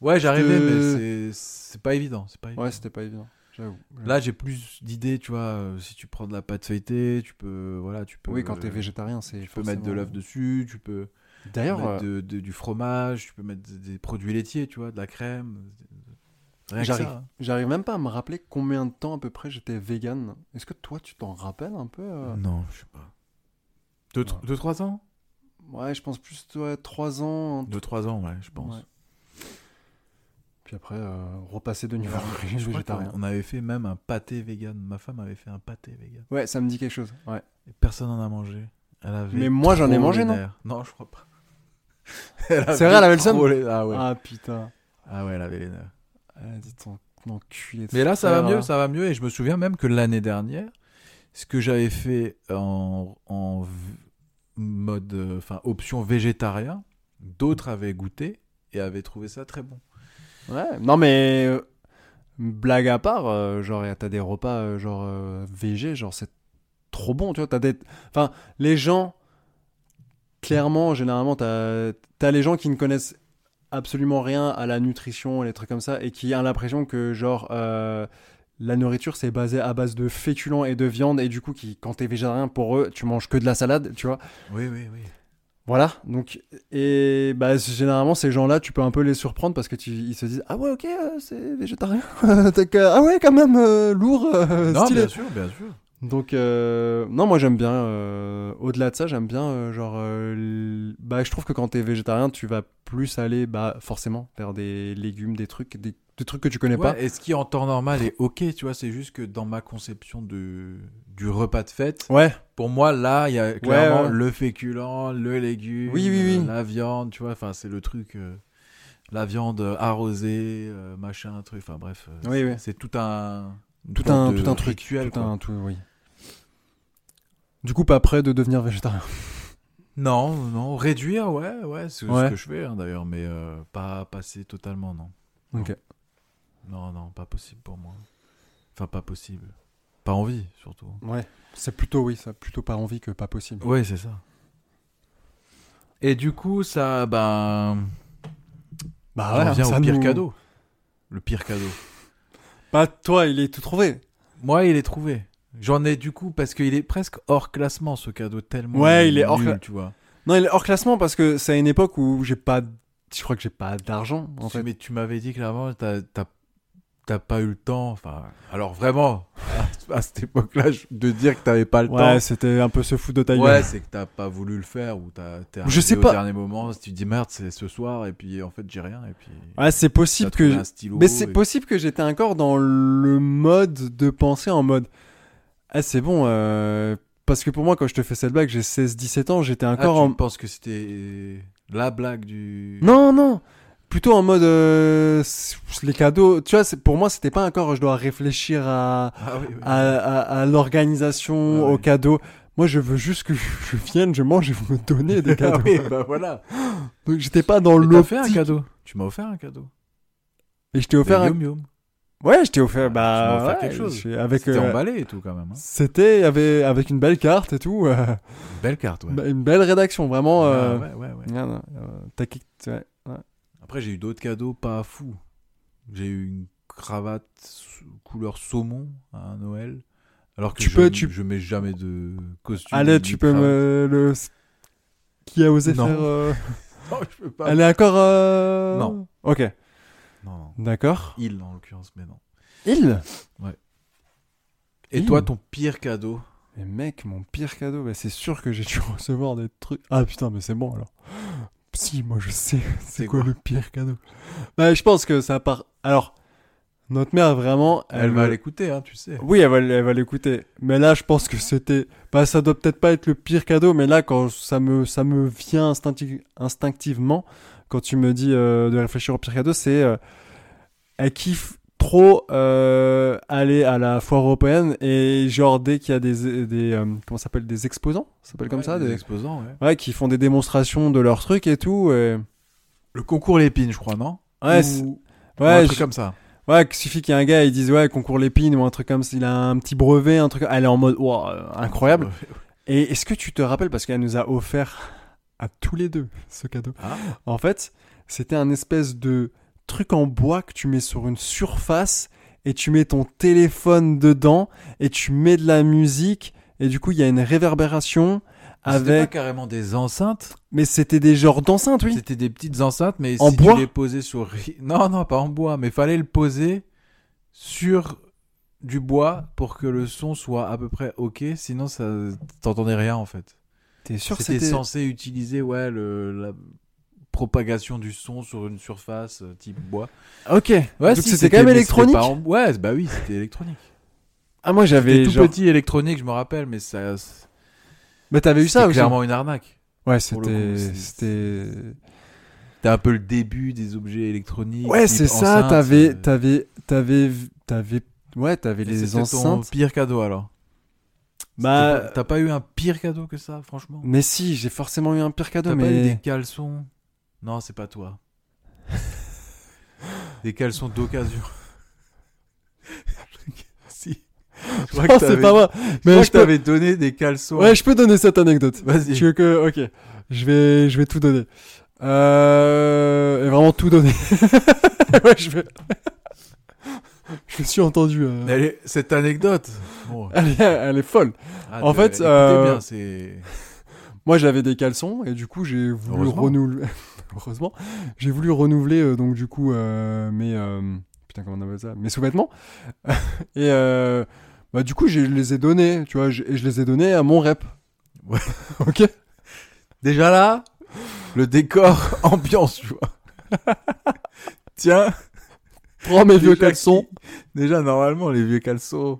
Ouais, j'arrivais,
te-
mais c'est- c'est pas évident. C'est pas évident.
Ouais, c'était pas évident. J'avoue.
Là, j'ai plus d'idées, tu vois. euh, Si tu prends de la pâte feuilletée, tu peux, voilà, tu peux.
Oui, quand t'es
euh,
végétarien, c'est.
Tu peux mettre de l'œuf dessus, tu peux
D'ailleurs,
mettre
euh,
de- de- du fromage, tu peux mettre des- des produits laitiers, tu vois, de la crème. Rien que
J'arrive.
ça, hein.
j'arrive même pas à me rappeler combien de temps à peu près j'étais vegan. Est-ce que toi, tu t'en rappelles un peu euh
Non, je sais pas. 2
Ouais.
3 ans
Ouais, je pense plus, toi, 3 ans.
2 3 ans, ouais, Mm. je pense.
Ouais. Puis après, euh, repasser de niveau au régime
Je crois qu'on-
végétarien.
on avait fait même un pâté vegan. Ma femme avait fait un pâté vegan.
Ouais, ça me dit quelque chose. Ouais.
Et personne n'en a mangé. Elle avait
Mais moi, j'en ai
trop
mangé,
les
non
nerfs. Non, je crois pas. Elle avait
C'est vrai, elle avait le
trop
seum
les- Ah ouais.
Ah putain.
Ah ouais, elle avait les nerfs.
Ah, dis ton ton enculé de euh,
Mais là, ça va
frère,
mieux, ça va mieux. Et je me souviens même que l'année dernière, ce que j'avais fait en, en v- mode, euh, enfin, option végétarien, d'autres avaient goûté et avaient trouvé ça très bon.
Ouais. Non, mais. euh, Blague à part, euh, genre, y a- t'as des repas, euh, genre, euh, VG, genre, c'est trop bon, tu vois. T'as des. Enfin, les gens. Clairement, généralement, t'as as les gens qui ne connaissent absolument rien à la nutrition et les trucs comme ça et qui ont l'impression que, genre. euh, la nourriture, c'est basé à base de féculents et de viande, et du coup, qui, quand t'es végétarien, pour eux, tu manges que de la salade, tu vois.
Oui, oui, oui.
Voilà, donc, et bah, c- généralement, ces gens-là, tu peux un peu les surprendre parce que tu, ils se disent Ah ouais, ok, euh, c'est végétarien. Donc, euh, ah ouais, quand même, euh, lourd, euh,
non,
stylé.
bien sûr, bien sûr.
Donc, euh, non, moi, j'aime bien, euh, au-delà de ça, j'aime bien, euh, genre, euh, l- bah, je trouve que quand t'es végétarien, tu vas plus aller, bah, forcément, vers des légumes, des trucs, des, des trucs que tu connais pas.
Ouais, et ce qui en temps normal est ok, tu vois, c'est juste que dans ma conception de, du repas de fête,
Ouais,
pour moi, là, il y a clairement
ouais.
le féculent, le légume,
Oui, oui, oui.
euh, la viande, tu vois, enfin, c'est le truc, euh, la viande arrosée, euh, machin, truc, enfin bref, euh,
Oui,
c'est-
oui.
c'est tout un... une
tout
sorte
un,
de
tout un truc.
rituel,
tout
quoi.
un, tout, oui. Du coup, pas prêt de devenir végétarien.
Non, non, réduire, ouais, ouais, c'est
Ouais.
ce que je fais, hein, d'ailleurs, mais euh, pas passer totalement, non.
Ok.
Non, non, pas possible pour moi. Enfin, pas possible. Pas envie, surtout.
Ouais, c'est plutôt, oui, ça, plutôt pas envie que pas possible.
Ouais, c'est ça. Et du coup, ça, ben,
Bah
j'en viens
ça
au pire
nous-
cadeau. Le pire cadeau.
Bah toi, il est tout trouvé.
Moi, il est trouvé. J'en ai du coup parce qu'il est presque hors classement ce cadeau tellement.
Ouais, il est hors
nul,
cla-
tu vois.
Non, il est hors classement parce que c'est à une époque où j'ai pas, je crois que j'ai pas d'argent en
Tu-
fait.
Mais tu m'avais dit clairement, t'as t'as- t'as pas eu le temps. Enfin, alors vraiment, à, à cette époque-là, je- de dire que t'avais pas le
Ouais,
temps.
c'était un peu se foutre de ta gueule.
Ouais, c'est que t'as pas voulu le faire ou t'as t'es
Je
arrivé
sais
au
pas.
dernier moment, tu te dis merde, c'est ce soir et puis en fait j'ai rien et puis.
Ouais, c'est
t'as
possible que.
trouvé
je-
un stylo
Mais c'est
et-
possible que j'étais encore dans le mode de penser en mode Ah, c'est bon, euh, parce que pour moi, quand je te fais cette blague, j'ai 16-17 ans, j'étais
Ah, tu
encore en.
penses que c'était la blague du.
Non, non Plutôt en mode euh, les cadeaux. Tu vois, c'est- pour moi, c'était pas encore je dois réfléchir à,
Ah oui, oui.
à, à- à l'organisation,
Ouais,
aux
ouais.
cadeaux. Moi, je veux juste que je vienne, je mange et vous me donnez des
Ah
cadeaux.
oui, bah voilà.
Donc, j'étais pas dans
Tu m'as
le.
fait un cadeau. Tu m'as offert un cadeau.
Et je t'ai offert
Des
un.
Yum Yum.
Ouais, je t'ai
Ah,
offert.
tu
Bah,
m'as offert
ouais,
quelque chose.
j'ai- Avec,
C'était
euh,
emballé et tout quand même. hein.
C'était avec, avec une belle carte et tout. euh,
Une Belle carte, ouais.
bah, Une belle rédaction, vraiment.
Ah,
euh,
ouais, ouais, ouais.
non, non, euh, t'as kick- ouais, ouais.
Après, j'ai eu d'autres cadeaux pas fous. J'ai eu une cravate s- couleur saumon à Noël. Alors que
Tu
je,
peux- tu-
je mets jamais de costume.
Allez,
ni
tu
de
peux
cravate.
me. Le... Qui a osé
Non.
faire. euh,
Non, je peux pas.
Elle est encore. euh,
Non.
Ok,
Non, non.
d'accord.
Il, en l'occurrence, mais non.
Il
Et
Il.
toi, ton pire cadeau
Mais mec, mon pire cadeau, bah, c'est sûr que j'ai dû recevoir des trucs. Ah putain, mais c'est bon alors. Si, moi je sais, c'est
C'est
quoi,
quoi
le pire cadeau Bah, je pense que ça part. Alors, notre mère, vraiment.
Elle, va
me-
l'écouter, hein, tu sais.
Oui, elle va, elle va l'écouter. Mais là, je pense que c'était. Bah, ça doit peut-être pas être le pire cadeau, mais là, quand ça me, ça me vient instincti- instinctivement, quand tu me dis euh, de réfléchir au pire cadeau, c'est. euh, elle kiffe trop euh, aller à la foire européenne et, genre, dès qu'il y a des. des euh, comment ça s'appelle Des exposants Ça s'appelle comme
Ouais,
ça
des
des...
exposants, ouais.
Ouais, qui font des démonstrations de leurs trucs et tout. et-
Le concours l'épine, je crois, non
Ouais,
Ou-
c'est-
ou un
ouais,
truc
je-
comme ça.
Ouais, qu'il suffit qu'il y ait un gars, ils disent ouais, concours l'épine ou un truc comme ça, il a un petit brevet, un truc. Elle est en mode Ouah, euh, incroyable. Et est-ce que tu te rappelles, parce qu'elle nous a offert à tous les deux ce cadeau.
Ah.
En fait, c'était un espèce de truc en bois que tu mets sur une surface et tu mets ton téléphone dedans et tu mets de la musique et du coup, il y a une réverbération
C'était pas
avec.
carrément des enceintes.
Mais c'était des genres d'enceintes, oui.
C'était des petites enceintes, mais
En
si
bois
tu les posais sur... Non, non, pas en bois, mais fallait le poser sur du bois pour que le son soit à peu près OK, sinon ça t'entendais rien en fait.
T'es sûr que
C'était
c'était.
censé utiliser ouais, le, la propagation du son sur une surface euh, type bois.
Ok.
Ouais,
Donc
si,
c'était quand même
mais c'était pas
électronique.
en- Ouais, bah oui, c'était électronique.
Ah, moi j'avais.
C'était tout
genre-
petit électronique, je me rappelle, mais ça c'était
Mais t'avais eu ça aussi.
clairement une arnaque.
Ouais,
Pour le
c'était.
coup, c'est-
C'était.
T'as un peu le début des objets électroniques.
Ouais,
type
c'est ça.
enceinte,
T'avais,
euh,
t'avais, t'avais, t'avais. Ouais, t'avais
et
les
c'était
enceintes.
Ton pire cadeau alors.
Bah,
C'était pas- t'as pas eu un pire cadeau que ça, franchement.
mais si, j'ai forcément eu un pire cadeau,
T'as pas eu des
mais.
caleçons Non, c'est pas toi. des caleçons d'occasion. si. Je crois que
Oh, c'est
t'avais-
pas moi.
je crois
Mais
que
je peux.
t'avais donné des caleçons.
Ouais, je peux donner cette anecdote.
Vas-y.
Tu veux que, ok, je vais, je vais tout donner. Euh... Et vraiment tout donner. ouais, je vais. je me suis entendu. euh.
Mais elle est- Cette anecdote. Bon.
Elle est, elle est folle.
Ah,
En
t'as-
fait,
écoutez
euh,
bien, c'est.
Moi, j'avais des caleçons et du coup, j'ai voulu
Heureusement.
renouveler. Heureusement, j'ai voulu renouveler euh, donc du coup euh, mes euh, putain comment on appelle ça mes sous-vêtements et euh, bah du coup, je les ai donnés, tu vois, je- et je les ai donnés à mon rep.
Ouais.
ok.
Déjà là, le décor, ambiance, tu vois. Tiens.
Prends Oh, mes vieux
Déjà
caleçons.
qui- Déjà, normalement, les vieux caleçons,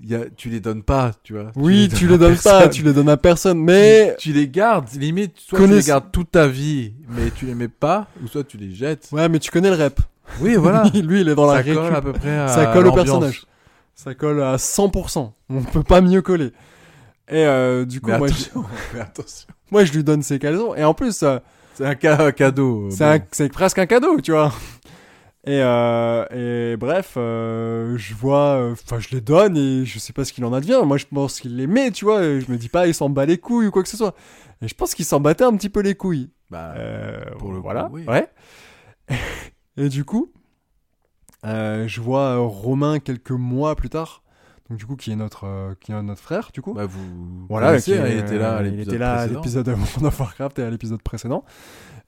il y a, tu les donnes pas, tu vois.
Oui, tu les
à
donnes pas,
personne.
tu les donnes à personne, mais
Tu les gardes, limite, soit tu
Connaisse-
les gardes toute ta vie, mais tu les mets pas, ou soit tu les jettes.
ouais, mais tu connais le rep.
Oui, voilà.
Lui, il est dans la
ça colle
récup.
à peu près à
Ça colle au
l'ambiance.
personnage. Ça colle à 100%. On peut pas mieux coller. Et euh, du coup,
Mais
moi je,
attention, mais attention.
moi, je lui donne ses caleçons et en plus. euh,
C'est un ca- un cadeau. euh,
C'est un- c'est presque un cadeau, tu vois. Et, euh, et bref, euh, je vois, euh, enfin je les donne et je sais pas ce qu'il en advient. Moi je pense qu'il les met, tu vois. et Je me dis pas il s'en bat les couilles ou quoi que ce soit. Et je pense qu'il s'en battait un petit peu les couilles.
Bah,
Euh,
pour le coup,
voilà,
oui.
ouais. Et du coup, euh, je vois euh, Romain quelques mois plus tard. donc, du coup, qui est notre, euh, qui est notre frère, du coup.
Bah, vous.
Voilà,
connaissez,
qui
hein,
est- euh,
il était là à
il
l'épisode
était là à
précédent.
l'épisode avant World of Warcraft et à l'épisode précédent.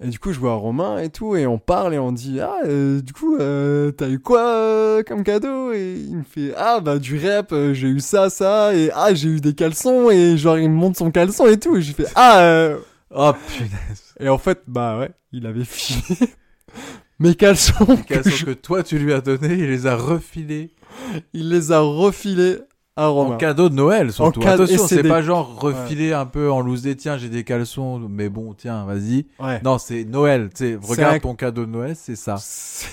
Et du coup, je vois Romain et tout, et on parle et on dit Ah, euh, du coup, euh, t'as eu quoi euh, comme cadeau Et il me fait Ah, bah, du rap, euh, j'ai eu ça, ça, et ah, j'ai eu des caleçons, et genre, il me montre son caleçon et tout, et j'ai fait Ah euh.
Oh punaise.
Et en fait, bah ouais, il avait filé mes caleçons, que
Caleçon
je-
que toi tu lui as donné, il les a refilés
il les a refilés à
en
Romain.
cadeau de Noël surtout.
En cadeau- et
Attention,
c'est
c'est
des-
pas genre refiler un peu en loose des tiens, j'ai des caleçons, mais bon, tiens, vas-y.
Ouais.
Non, c'est Noël, tu sais, regarde
un-
ton cadeau de Noël, c'est ça.
C'est-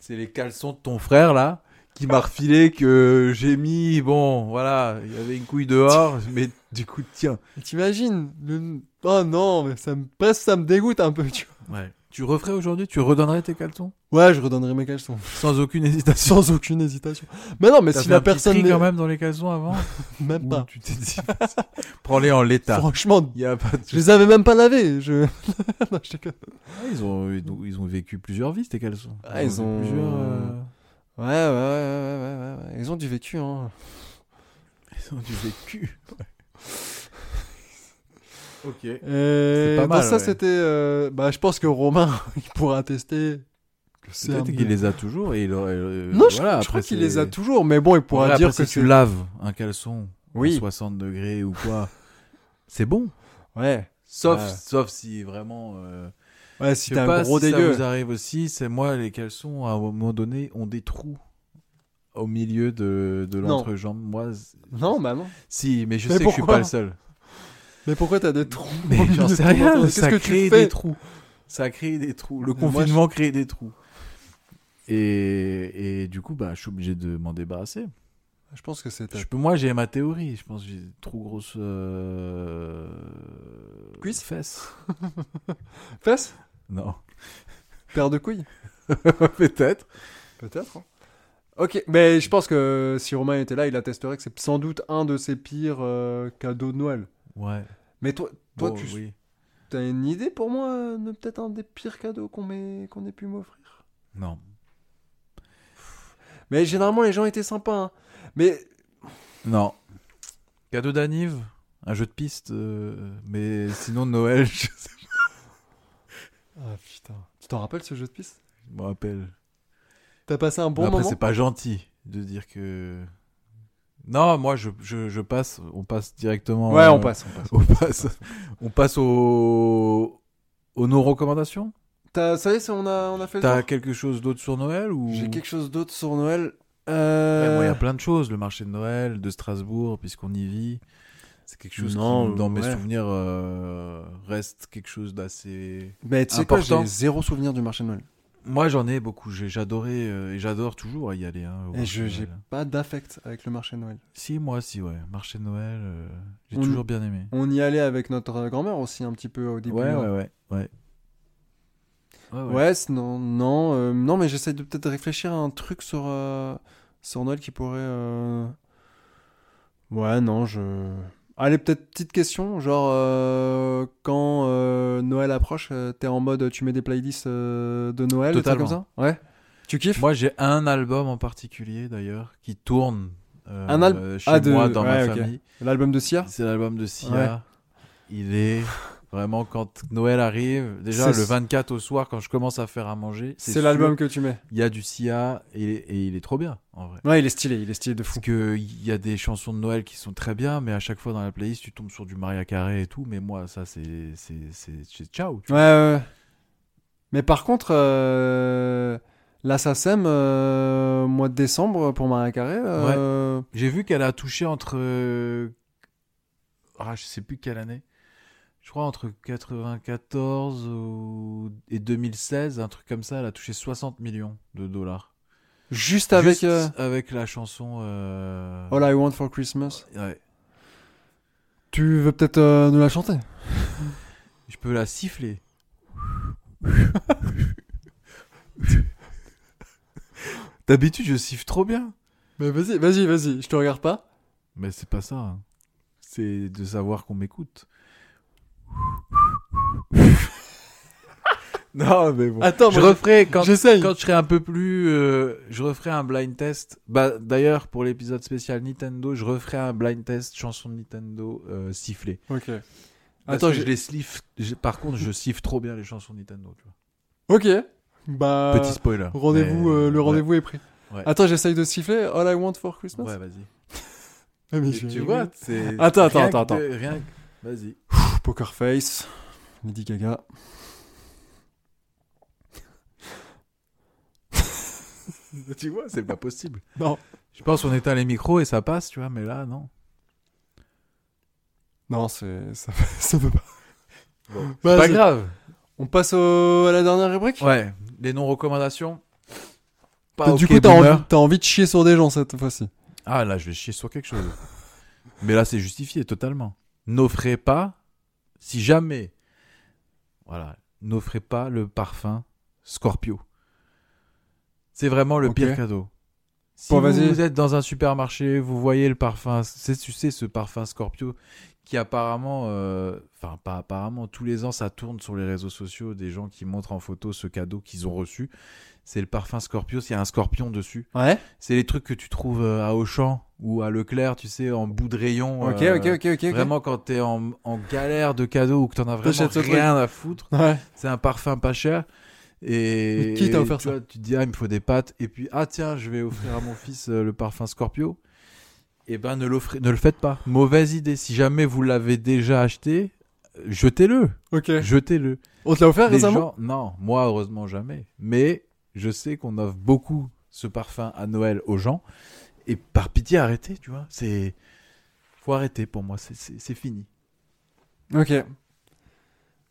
C'est les caleçons de ton frère là qui m'a refilé que j'ai mis bon, voilà, il y avait une couille dehors, mais du coup, tiens.
Et T'imagines le... Oh non, mais ça me... presque ça me dégoûte un peu, tu
Ouais. Tu referais aujourd'hui, tu redonnerais tes caleçons
vois. Ouais, je redonnerai mes caleçons.
sans aucune hésitation.
Sans aucune hésitation. Mais non, mais
T'as
Bah, si
fait
la
un petit
personne...
tri
n'est-
quand même dans les caleçons avant
Même
Ou
pas.
tu t'es dit, vas-y, prends-les en l'état.
Franchement,
Il y a pas de
je les avais même pas lavés. Je... non, je déconne.
Ouais, Ah, ils, ont, ils ont- ils ont vécu plusieurs vies, ces caleçons.
Ah, ils ont-
Plusieurs, euh,
Ouais, ouais, ouais, ouais, ouais, ouais, ouais. Ils ont du vécu, hein.
Ils ont du vécu. ok.
Et
C'est pas
bah,
mal,
ça,
ouais.
c'était... euh, Bah, je pense que Romain, il pourra attester que c'est un...
Peut-être qu'il les a toujours et il aurait- euh,
Non, je,
voilà,
je crois
après,
qu'il
c'est-
les a toujours, mais bon, il pourra
Après,
dire
après,
que
si
c'est...
tu laves un caleçon à
Oui,
60 degrés ou quoi, c'est bon.
ouais.
Sauf,
Ouais.
sauf si vraiment. euh,
Ouais,
je
si
sais
t'es un
pas
gros
si
dégueu.
Ça vous arrive aussi, c'est moi, les caleçons, à un moment donné, ont des trous au milieu de, de
Non.
l'entrejambe. Moi, c-
Non, bah non.
si, mais je
Mais
sais que je suis
pourquoi
pas le seul.
Mais pourquoi t'as des trous
Mais j'en sais rien,
Oh, Qu'est-ce
ça
que tu
crée
fais
des trous. Ça crée des trous. Le
Mais moi,
confinement crée des trous. Et, et du coup, bah, je suis obligé de m'en débarrasser.
Je pense que c'est ta
Je peux, moi, j'ai ma théorie. Je pense que j'ai des trop grosses euh...
Cuisses
fesses.
fesse
Non,
Paire de couilles
peut-être.
Peut-être. hein. Ok, mais je pense que si Romain était là, il attesterait que c'est sans doute un de ses pires euh, cadeaux de Noël.
Ouais.
Mais toi, toi
Bon,
tu
oui.
as une idée pour moi euh, de peut-être un des pires cadeaux qu'on m'ait, qu'on ait pu m'offrir
Non.
Mais généralement, les gens étaient sympas. hein. Mais
Non. Cadeau d'anniv, un jeu de piste, euh, mais sinon Noël, je sais-
ah putain, tu t'en rappelles ce jeu de piste
je me rappelle.
T'as passé un bon
Mais après,
moment
c'est pas gentil de dire que. Non, moi, je, je, je passe. On passe directement.
Ouais,
euh,
on passe, on passe.
On passe, on passe au. Aux nos recommandations
T'as- ça y est, c'est- on a, on a fait le
T'as
tour.
quelque chose d'autre sur Noël ou...
J'ai quelque chose d'autre sur Noël.
Ouais, moi, il y
Euh...
a plein de choses. Le marché de Noël, de Strasbourg, puisqu'on y vit. C'est quelque chose
Non,
qui, dans mes
ouais.
souvenirs, euh, reste quelque chose d'assez.
Mais tu sais quoi,
Important.
j'ai zéro souvenir du marché de Noël.
Moi, j'en ai beaucoup. J'ai- J'adorais euh, et j'adore toujours à y aller. hein, au
Et
marché
je
de
j'ai
Noël.
pas d'affect avec le marché de Noël.
Si, moi, si, ouais. Marché de Noël, euh, j'ai
On-
toujours bien aimé.
On y allait avec notre euh, grand-mère aussi un petit peu au début.
Ouais, ouais,
hein.
ouais, ouais. Ouais, ouais.
Ouais, c'est- non, non, euh, non, mais j'essaie de peut-être réfléchir à un truc sur, euh, sur Noël qui pourrait. euh, Ouais, non, je. Allez, peut-être petite question, genre euh, quand euh, Noël approche, euh, t'es en mode tu mets des playlists euh, de Noël, des trucs
Totalement.
comme ça Ouais. Tu kiffes
Moi, j'ai un album en particulier, d'ailleurs, qui tourne euh,
Un al-
chez
ah, de-
moi, dans ma
ouais, ok.
famille.
L'album de Sia
C'est l'album de Sia.
Ouais.
Il est vraiment quand Noël arrive, déjà
C'est-
le 24 au soir, quand je commence à faire à manger,
C'est
sûr,
l'album que tu mets.
Il y a du Sia et, et il est trop bien en vrai.
Ouais, il est stylé, il est stylé de fou.
Parce que il y a des chansons de Noël qui sont très bien, mais à chaque fois dans la playlist, tu tombes sur du Maria Carré et tout. Mais moi, ça, c'est c'est- c'est- c'est ciao. tu
Ouais, ouais. ouais. Mais par contre, euh, la SACEM, euh, mois de décembre pour Maria Carré, euh,
J'ai vu qu'elle a touché entre. euh, Ah, je sais plus quelle année. Je crois entre 94 ou- et 2016, un truc comme ça, elle a touché 60 millions de dollars.
juste avec
Juste
euh, Oh
avec la chanson. euh,
All I Want for Christmas.
ouais.
Tu veux peut-être euh, nous la chanter
Je peux la siffler. D'habitude, je siffle trop bien.
Mais vas-y, vas-y, vas-y, je te regarde pas.
Mais c'est pas ça. hein. C'est de savoir qu'on m'écoute.
Non, mais bon.
Attends, je
moi,
referai quand,
J'essaye.
quand je serai un peu plus. euh, je referai un blind test. Bah, D'ailleurs, pour l'épisode spécial Nintendo, je referai un blind test chanson de Nintendo euh, sifflée.
Ok.
Attends,
Parce
je
que-
les sliff. j'ai- Par contre, je siffle trop bien les chansons de Nintendo. tu vois.
Ok. Bah.
Petit spoiler.
Rendez-vous,
Mais-
euh, le
ouais.
rendez-vous est pris.
Ouais.
Attends, j'essaye de siffler All I Want for Christmas.
Ouais, vas-y.
Ah, mais
Et
je-
Tu vois, c'est.
Attends, attends,
rien que
attends,
de- Rien. que- Vas-y.
Pff, Poker Face, Lady Gaga.
tu vois, c'est pas possible.
Non.
Je pense qu'on éteint les micros et ça passe, tu vois, mais là, non.
Non, c'est ça, ça peut pas.
Bon,
Bah,
pas
c'est-
grave.
On passe au- à la dernière rubrique.
Ouais, les non-recommandations. Pas
T'as- Bah, du
Bah, ok,
coup, t'as
boomer.
envie, t'as envie de chier sur des gens cette fois-ci.
Ah là, je vais chier sur quelque chose. Mais là, c'est justifié totalement. N'offrez pas, si jamais, voilà, n'offrez pas le parfum Scorpio. C'est vraiment le
Ok.
pire cadeau. Si
Bon, vas-y.
vous êtes dans un supermarché, vous voyez le parfum, c'est tu sais ce parfum Scorpio qui apparemment, euh, enfin pas apparemment, tous les ans ça tourne sur les réseaux sociaux des gens qui montrent en photo ce cadeau qu'ils ont reçu. C'est le parfum Scorpio, il y a un scorpion dessus.
Ouais.
C'est les trucs que tu trouves euh, à Auchan ou à Leclerc, tu sais, en bout de rayon.
Ok,
euh,
ok, ok, ok. ok.
Vraiment, quand t'es en, en galère de cadeaux ou que t'en as vraiment
T'achètes ce
rien à foutre,
Ouais.
c'est un parfum pas cher. Et
Mais qui t'a
et
offert
tu
ça
vois, Tu te dis, ah, il me faut des pâtes. Et puis, ah, tiens, je vais offrir à mon fils euh, le parfum Scorpio. Eh ben, ne, l'offrez- ne le faites pas. Mauvaise idée. Si jamais vous l'avez déjà acheté, euh, jetez-le.
Ok.
Jetez-le.
On te l'a offert
Les
récemment
gens- non, moi heureusement jamais. Mais je sais qu'on offre beaucoup ce parfum à Noël aux gens. Et par pitié, arrêtez, tu vois. C'est faut arrêter pour moi. c'est- C'est c'est fini.
Ok.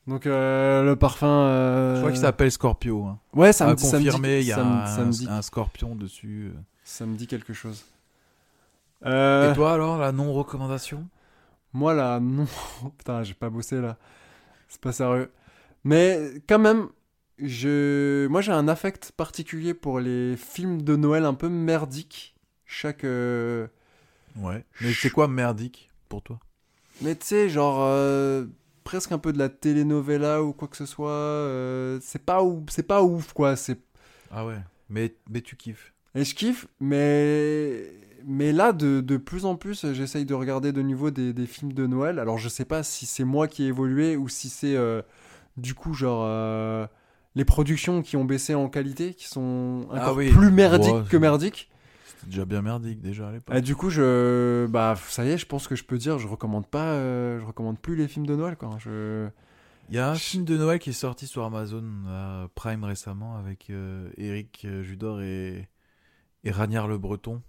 Donc euh, le parfum. euh,
Je crois qu'il s'appelle Scorpio. Hein.
Ouais, ça
à
me dit. ça me dit-
confirmer, il y a
ça me-
un,
ça me dit-
un scorpion dessus. euh.
ça me dit quelque chose. Euh,
Et toi alors, la non recommandation
Moi là, non. Putain, j'ai pas bossé là. C'est pas sérieux. Mais quand même, je... moi j'ai un affect particulier pour les films de Noël un peu merdiques. Chaque. euh,
Ouais. Mais c'est quoi merdique pour toi
Mais tu sais, genre. euh, Presque un peu de la telenovela ou quoi que ce soit. euh, C'est pas, ou... c'est pas ouf quoi. C'est
Ah ouais. Mais mais tu kiffes.
Et je kiffe, mais, mais là, de, de plus en plus, j'essaye de regarder de nouveau des, des films de Noël. Alors, je sais pas si c'est moi qui ai évolué ou si c'est euh, du coup, genre, euh, les productions qui ont baissé en qualité, qui sont
Ah
encore
oui.
plus merdiques
Ouais,
que
c'est-
merdiques.
C'était déjà bien merdique déjà à l'époque.
Et du coup, je, bah, ça y est, je pense que je peux dire, je recommande pas, euh, je recommande plus les films de Noël, quoi. Je...
Il y a un
Je-
film de Noël qui est sorti sur Amazon euh, Prime récemment avec euh, Eric euh, Judor et, et Ragnar le Breton,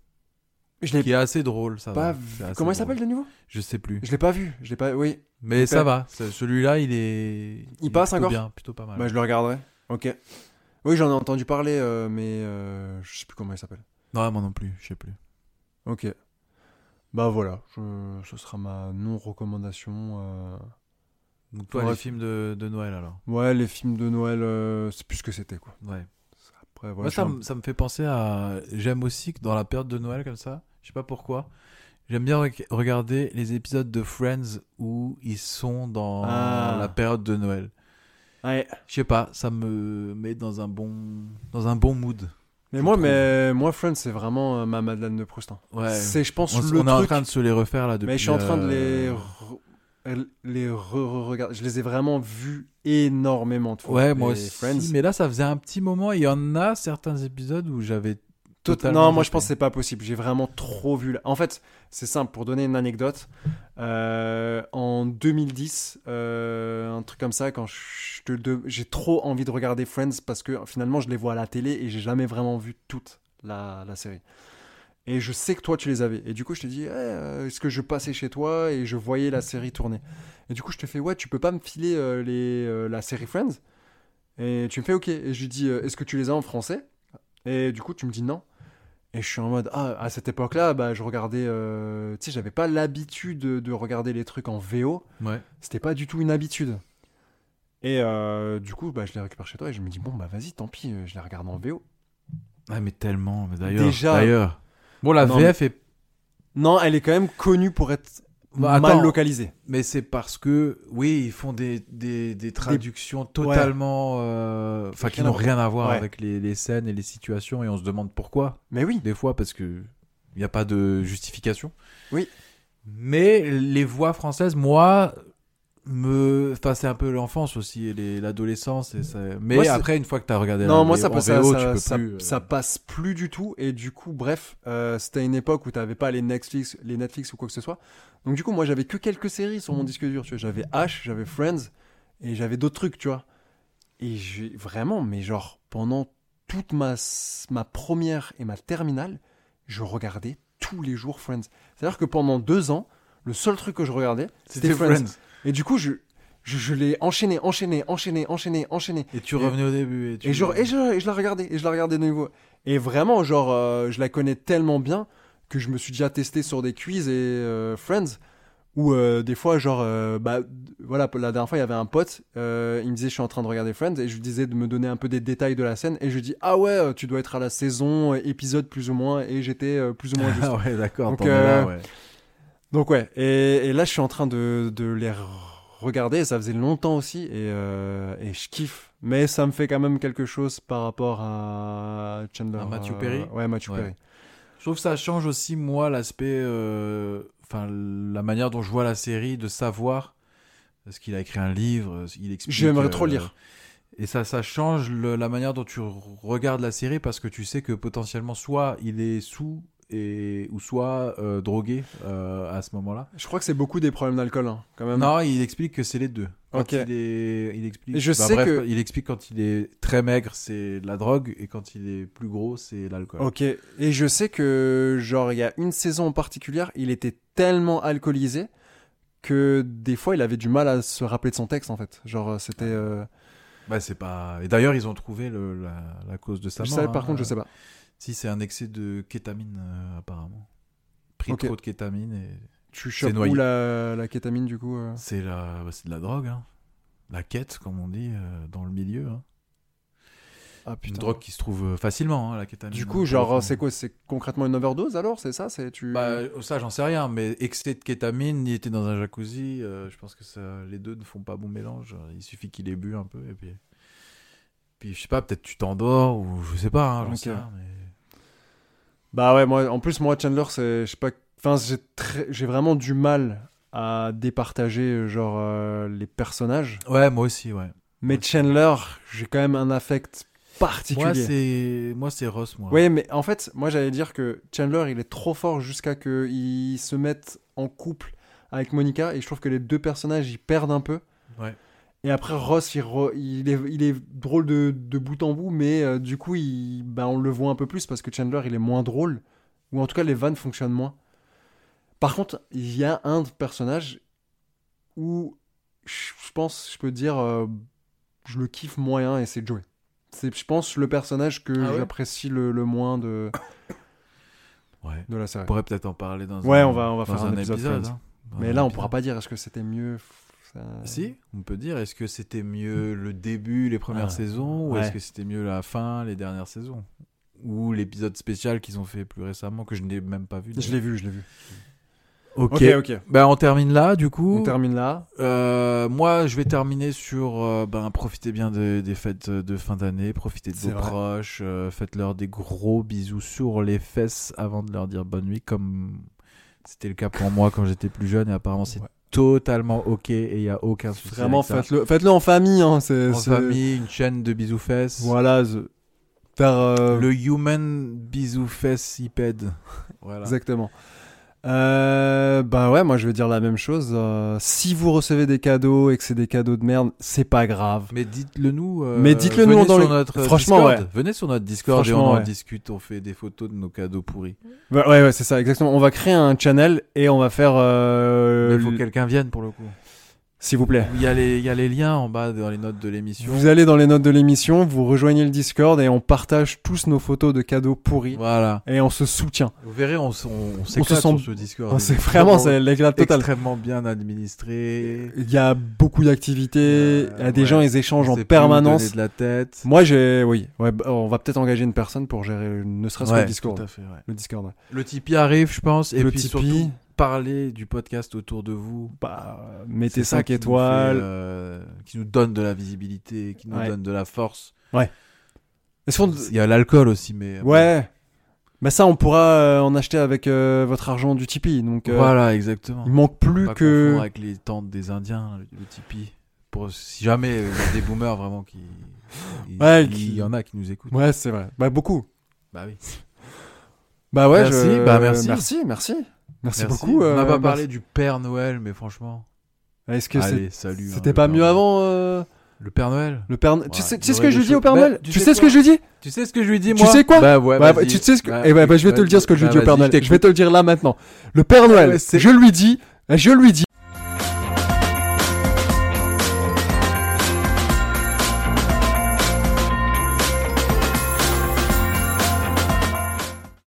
Je l'ai
qui est assez drôle, ça va.
pas vu.
Ah C'est assez
Comment il
drôle.
s'appelle de nouveau
Je sais plus.
Je l'ai pas vu. Je l'ai pas. Oui.
Mais
Super.
ça va, c'est- celui-là, il est... est
passe
plutôt
encore
bien, plutôt pas mal.
Bah, je le regarderai. Ok. Oui, j'en ai entendu parler, euh, mais euh, je sais plus comment il s'appelle.
Non, moi non plus, je sais plus.
Ok. Bah voilà, je- ce sera ma non-recommandation. euh.
Donc toi,
Ouais.
les films de, de Noël, alors.
Ouais, les films de Noël, euh, c'est plus ce que c'était, quoi.
Ouais.
Après, voilà.
Moi,
je
ça,
suis un-
me- ça me fait penser à... J'aime aussi que dans la période de Noël, comme ça, je sais pas pourquoi, j'aime bien rec- regarder les épisodes de Friends où ils sont dans
Ah.
la période de Noël.
Ouais.
Je sais pas, ça me met dans un bon dans un bon mood.
Mais
je
moi,
trouve.
mais, moi, Friends, c'est vraiment euh, ma Madeleine de Proust. hein.
Ouais.
C'est, je pense,
On,
le
on est en
truc-
train de se les refaire là depuis.
Mais je suis en train de les
euh,
re- les re-regarder. Je les ai vraiment vus énormément de fois.
Ouais, moi
les
aussi.
Friends.
Mais là, ça faisait un petit moment. Il y en a certains épisodes où j'avais
Tot-
totalement.
Non, moi je
zappé.
pense que c'est pas possible. J'ai vraiment trop vu. la- En fait, c'est simple. Pour donner une anecdote, euh, en 2010, euh, un truc comme ça, quand je te de- j'ai trop envie de regarder Friends parce que finalement je les vois à la télé et j'ai jamais vraiment vu toute la, la série. Et je sais que toi tu les avais. Et du coup, je te dis, Eh, euh, est-ce que je passais chez toi et je voyais la série tourner Et du coup, je te fais, ouais, tu peux pas me filer euh, les, euh, la série Friends Et tu me fais, ok. Et je lui dis, euh, est-ce que tu les as en français et du coup, tu me dis non. Et je suis en mode, ah, à cette époque-là, bah, je regardais, euh, tu sais, j'avais pas l'habitude de, de regarder les trucs en VO.
Ouais.
C'était pas du tout une habitude. Et euh, du coup, bah, je les récupère chez toi et je me dis, bon, bah, vas-y, tant pis, euh, je les regarde en VO.
Ah mais tellement. Mais d'ailleurs.
Déjà.
D'ailleurs. Bon, la
Non,
VF est.
Non, elle est quand même connue pour être
Bah, attends.
mal localisé.
Mais c'est parce que, oui, ils font des, des, des traductions totalement. euh, Enfin, qui
Rien à
n'ont
voir.
rien à voir
Ouais.
avec les, les scènes et les situations, et on se demande pourquoi.
Mais oui.
Des fois, parce qu'il n'y a pas de justification.
Oui.
Mais les voix françaises, moi. Me... Enfin, c'est un peu l'enfance aussi, et les- l'adolescence. Et ça... Mais
Moi, c'est-
après, une fois que tu as regardé la-
Non, moi
les-
ça,
Euh, en
passe- ça,
VO, tu
ça,
peux
ça-
plus, euh,
ça passe plus du tout et du coup bref euh, c'était une époque où t'avais pas les Netflix, les Netflix ou quoi que ce soit donc du coup moi j'avais que quelques séries sur mon disque dur tu vois j'avais H, j'avais Friends et j'avais d'autres trucs tu vois et j'ai vraiment mais genre pendant toute ma s- ma première et ma terminale je regardais tous les jours Friends c'est à dire que pendant deux ans le seul truc que je regardais
C'était Friends.
et du coup je je, je l'ai enchaîné enchaîné enchaîné enchaîné enchaîné
Et tu revenais au début. Et, tu...
et, genre, et, je, et je la regardais, et je la regardais de nouveau. Et vraiment, genre, euh, je la connais tellement bien que je me suis déjà testé sur des quiz et euh, Friends, où euh, des fois, genre, euh, bah, d- voilà, la dernière fois, il y avait un pote, euh, il me disait, je suis en train de regarder Friends, et je lui disais de me donner un peu des détails de la scène, et je lui dis, ah ouais, euh, tu dois être à la saison, euh, épisode plus ou moins, et j'étais euh, plus ou moins juste.
Ah ouais, d'accord.
Donc,
t'en es là,
euh,
ouais.
Donc ouais, et, et là je suis en train de, de les re- regarder, ça faisait longtemps aussi, et, euh, et je kiffe. Mais ça me fait quand même quelque chose par rapport à Chandler.
À Matthew
euh,
Perry
ouais, Matthew
Ouais.
Perry.
Je trouve que ça change aussi, moi, l'aspect. euh, Enfin, la manière dont je vois la série, de savoir. Parce qu'il a écrit un livre, il explique.
J'aimerais
euh,
trop lire.
Et ça, ça change le- la manière dont tu regardes la série parce que tu sais que potentiellement, soit il est sous. Et, ou soit euh, drogué euh, à ce moment-là.
Je crois que c'est beaucoup des problèmes d'alcool, hein, quand même.
Non, il explique que c'est les deux. Quand
Ok.
il est- il explique. bah,
Et je sais que-
il explique quand il est très maigre, c'est la drogue, et quand il est plus gros, c'est l'alcool.
Ok, et je sais que, genre, il y a une saison en particulier, il était tellement alcoolisé que des fois il avait du mal à se rappeler de son texte, en fait. Genre, c'était... euh,
Bah, c'est pas. Et d'ailleurs, ils ont trouvé le- la, la cause de sa
Je
mort.
savais, par
hein.
contre, je sais pas.
Si c'est un excès de kétamine, euh, apparemment. Pris
Ok.
trop de kétamine et
Tu
C'est
chopes
noyé.
où la, la kétamine, du coup euh
c'est la, bah, c'est de la drogue, hein. La quête, comme on dit euh, dans le milieu. hein.
Ah
Une
putain.
drogue qui se trouve euh, facilement, hein, la kétamine.
Du
hein,
coup, genre,
pour
c'est
le coup.
quoi C'est concrètement une overdose alors C'est ça C'est tu.
Bah, ça, j'en sais rien, mais excès de kétamine, il était dans un jacuzzi. euh, je pense que ça, les deux ne font pas bon mélange. Il suffit qu'il ait bu un peu et puis. Puis, je sais pas, peut-être tu t'endors ou je sais pas, hein, j'en
Ok.
sais rien, mais-
Bah ouais, moi, en plus, moi, Chandler, c'est, je sais pas, enfin, j'ai très- j'ai vraiment du mal à départager genre euh, les personnages.
Ouais, moi aussi, ouais.
Mais Chandler, j'ai quand même un affect
Moi,
particulier.
c'est moi c'est Ross, moi.
Oui, mais en fait, moi j'allais dire que Chandler, il est trop fort jusqu'à qu'il se mette en couple avec Monica, et je trouve que les deux personnages, ils perdent un peu.
Ouais.
Et après, Ross, il, re- il, est, il est drôle de, de bout en bout, mais euh, du coup, il, bah, on le voit un peu plus parce que Chandler, il est moins drôle, ou en tout cas, les vannes fonctionnent moins. Par contre, il y a un personnage où je je pense, je peux dire, euh, je le kiffe moyen, et c'est Joey. C'est, je pense, le personnage que
Ah ouais
j'apprécie le, le moins de,
Ouais.
de la série.
On pourrait peut-être en parler dans
Ouais,
un
on va- on va
dans
faire un épisode Friends.
hein. Dans
Mais
un
là, on
épisode.
pourra pas dire est-ce que c'était mieux. ça-
Si, on peut dire est-ce que c'était mieux le début, les premières
Ah,
saisons ou
ouais.
est-ce que c'était mieux la fin, les dernières saisons ou l'épisode spécial qu'ils ont fait plus récemment que je n'ai même pas vu.
Je l'ai vu, je l'ai vu.
OK.
Ok, ok.
Ben on termine là du coup.
On termine là.
Euh, moi, je vais terminer sur euh, ben, profitez bien de- des fêtes de fin d'année, profitez de
C'est
vos
vrai.
proches, euh, faites-leur des gros bisous sur les fesses avant de leur dire bonne nuit, comme c'était le cas pour moi quand j'étais plus jeune, et apparemment c'est
Ouais.
totalement ok et il n'y a aucun souci.
Vraiment,
avec ça.
faites-le faites-le en famille. Hein, c'est-
En
c'est-
famille, une chaîne de bisous fesses.
Voilà. the- faire, euh,
Le Human Bisous Fess iPad. Voilà.
Exactement. Euh, bah ouais, moi je vais dire la même chose. Euh, si vous recevez des cadeaux et que c'est des cadeaux de merde, c'est pas grave.
Mais dites-le nous. euh,
Mais dites-le nous
venez
dans
sur
le-
notre
Franchement,
Discord. Venez sur notre Discord et on
Franchement,
en
ouais.
discute. On fait des photos de nos cadeaux pourris.
Ouais, Bah, ouais, ouais, c'est ça, exactement. On va créer un channel et on va faire. euh,
Il faut
le-
que quelqu'un vienne pour le coup.
S'il vous plaît.
Il y a les, il y a les liens en bas dans les notes de l'émission.
Vous allez dans les notes de l'émission, vous rejoignez le Discord et on partage tous nos photos de cadeaux pourris
Voilà.
et on se soutient.
Vous verrez, on, s- on, on s'éclate
sent-
sur ce Discord.
C'est vraiment c'est l'éclat total.
extrêmement bien administré.
Il y a beaucoup d'activités,
Euh,
il y a des
ouais.
gens, ils échangent
On
en
sait plus où
permanence.
donner de la tête.
Moi, j'ai, oui, ouais, bah, on va peut-être engager une personne pour gérer, ne serait-ce que
Ouais,
le Discord.
tout à fait, ouais.
Le Discord. ouais.
Le Tipeee arrive, je pense. Et
le
puis
Tipeee,
surtout, parlez du podcast autour de vous.
Bah, mettez
ça
5
qui nous
étoiles.
fait, euh, qui nous donne de la visibilité, qui nous
Ouais.
donne de la force.
Est-ce qu'on-
Il y a l'alcool aussi, mais. euh,
Ouais. Bah ça, on pourra euh, en acheter avec euh, votre argent du Tipeee. Donc, euh,
Voilà, exactement.
il manque plus
Pas
que.
confondre avec les tentes des Indiens, le, le Tipeee. Pour, si jamais euh, il y a des boomers vraiment qui. Il,
Ouais,
il
qui-
y en a qui nous écoutent.
Ouais, c'est vrai. Bah beaucoup.
Bah oui.
Bah ouais.
Merci,
je-
bah merci.
Merci, merci. Merci,
Merci.
beaucoup.
On
euh,
n'a pas
merci.
parlé du Père Noël, mais franchement.
Est-ce que c'est-
Allez, salut. hein,
c'était
le
pas
Père
mieux
Noël.
avant euh,
Le Père Noël
le Père Tu
Ouais,
sais, tu
il
sais
y
ce
aurait
que je
des
lui dis au
choses.
Père
Bah,
Noël
tu
Tu
sais
sais ce
quoi
que je lui dis
Tu sais ce que je lui dis,
Tu
moi
sais quoi
Bah ouais.
Bah,
vas-y.
tu sais ce que...
Bah,
eh ben, bah, je vais te le dire ce que je lui dis au
vas-y,
Père Noël.
t'écoute.
Je vais te le dire là maintenant. Le Père Noël,
ouais, c'est-
je lui dis, je lui dis,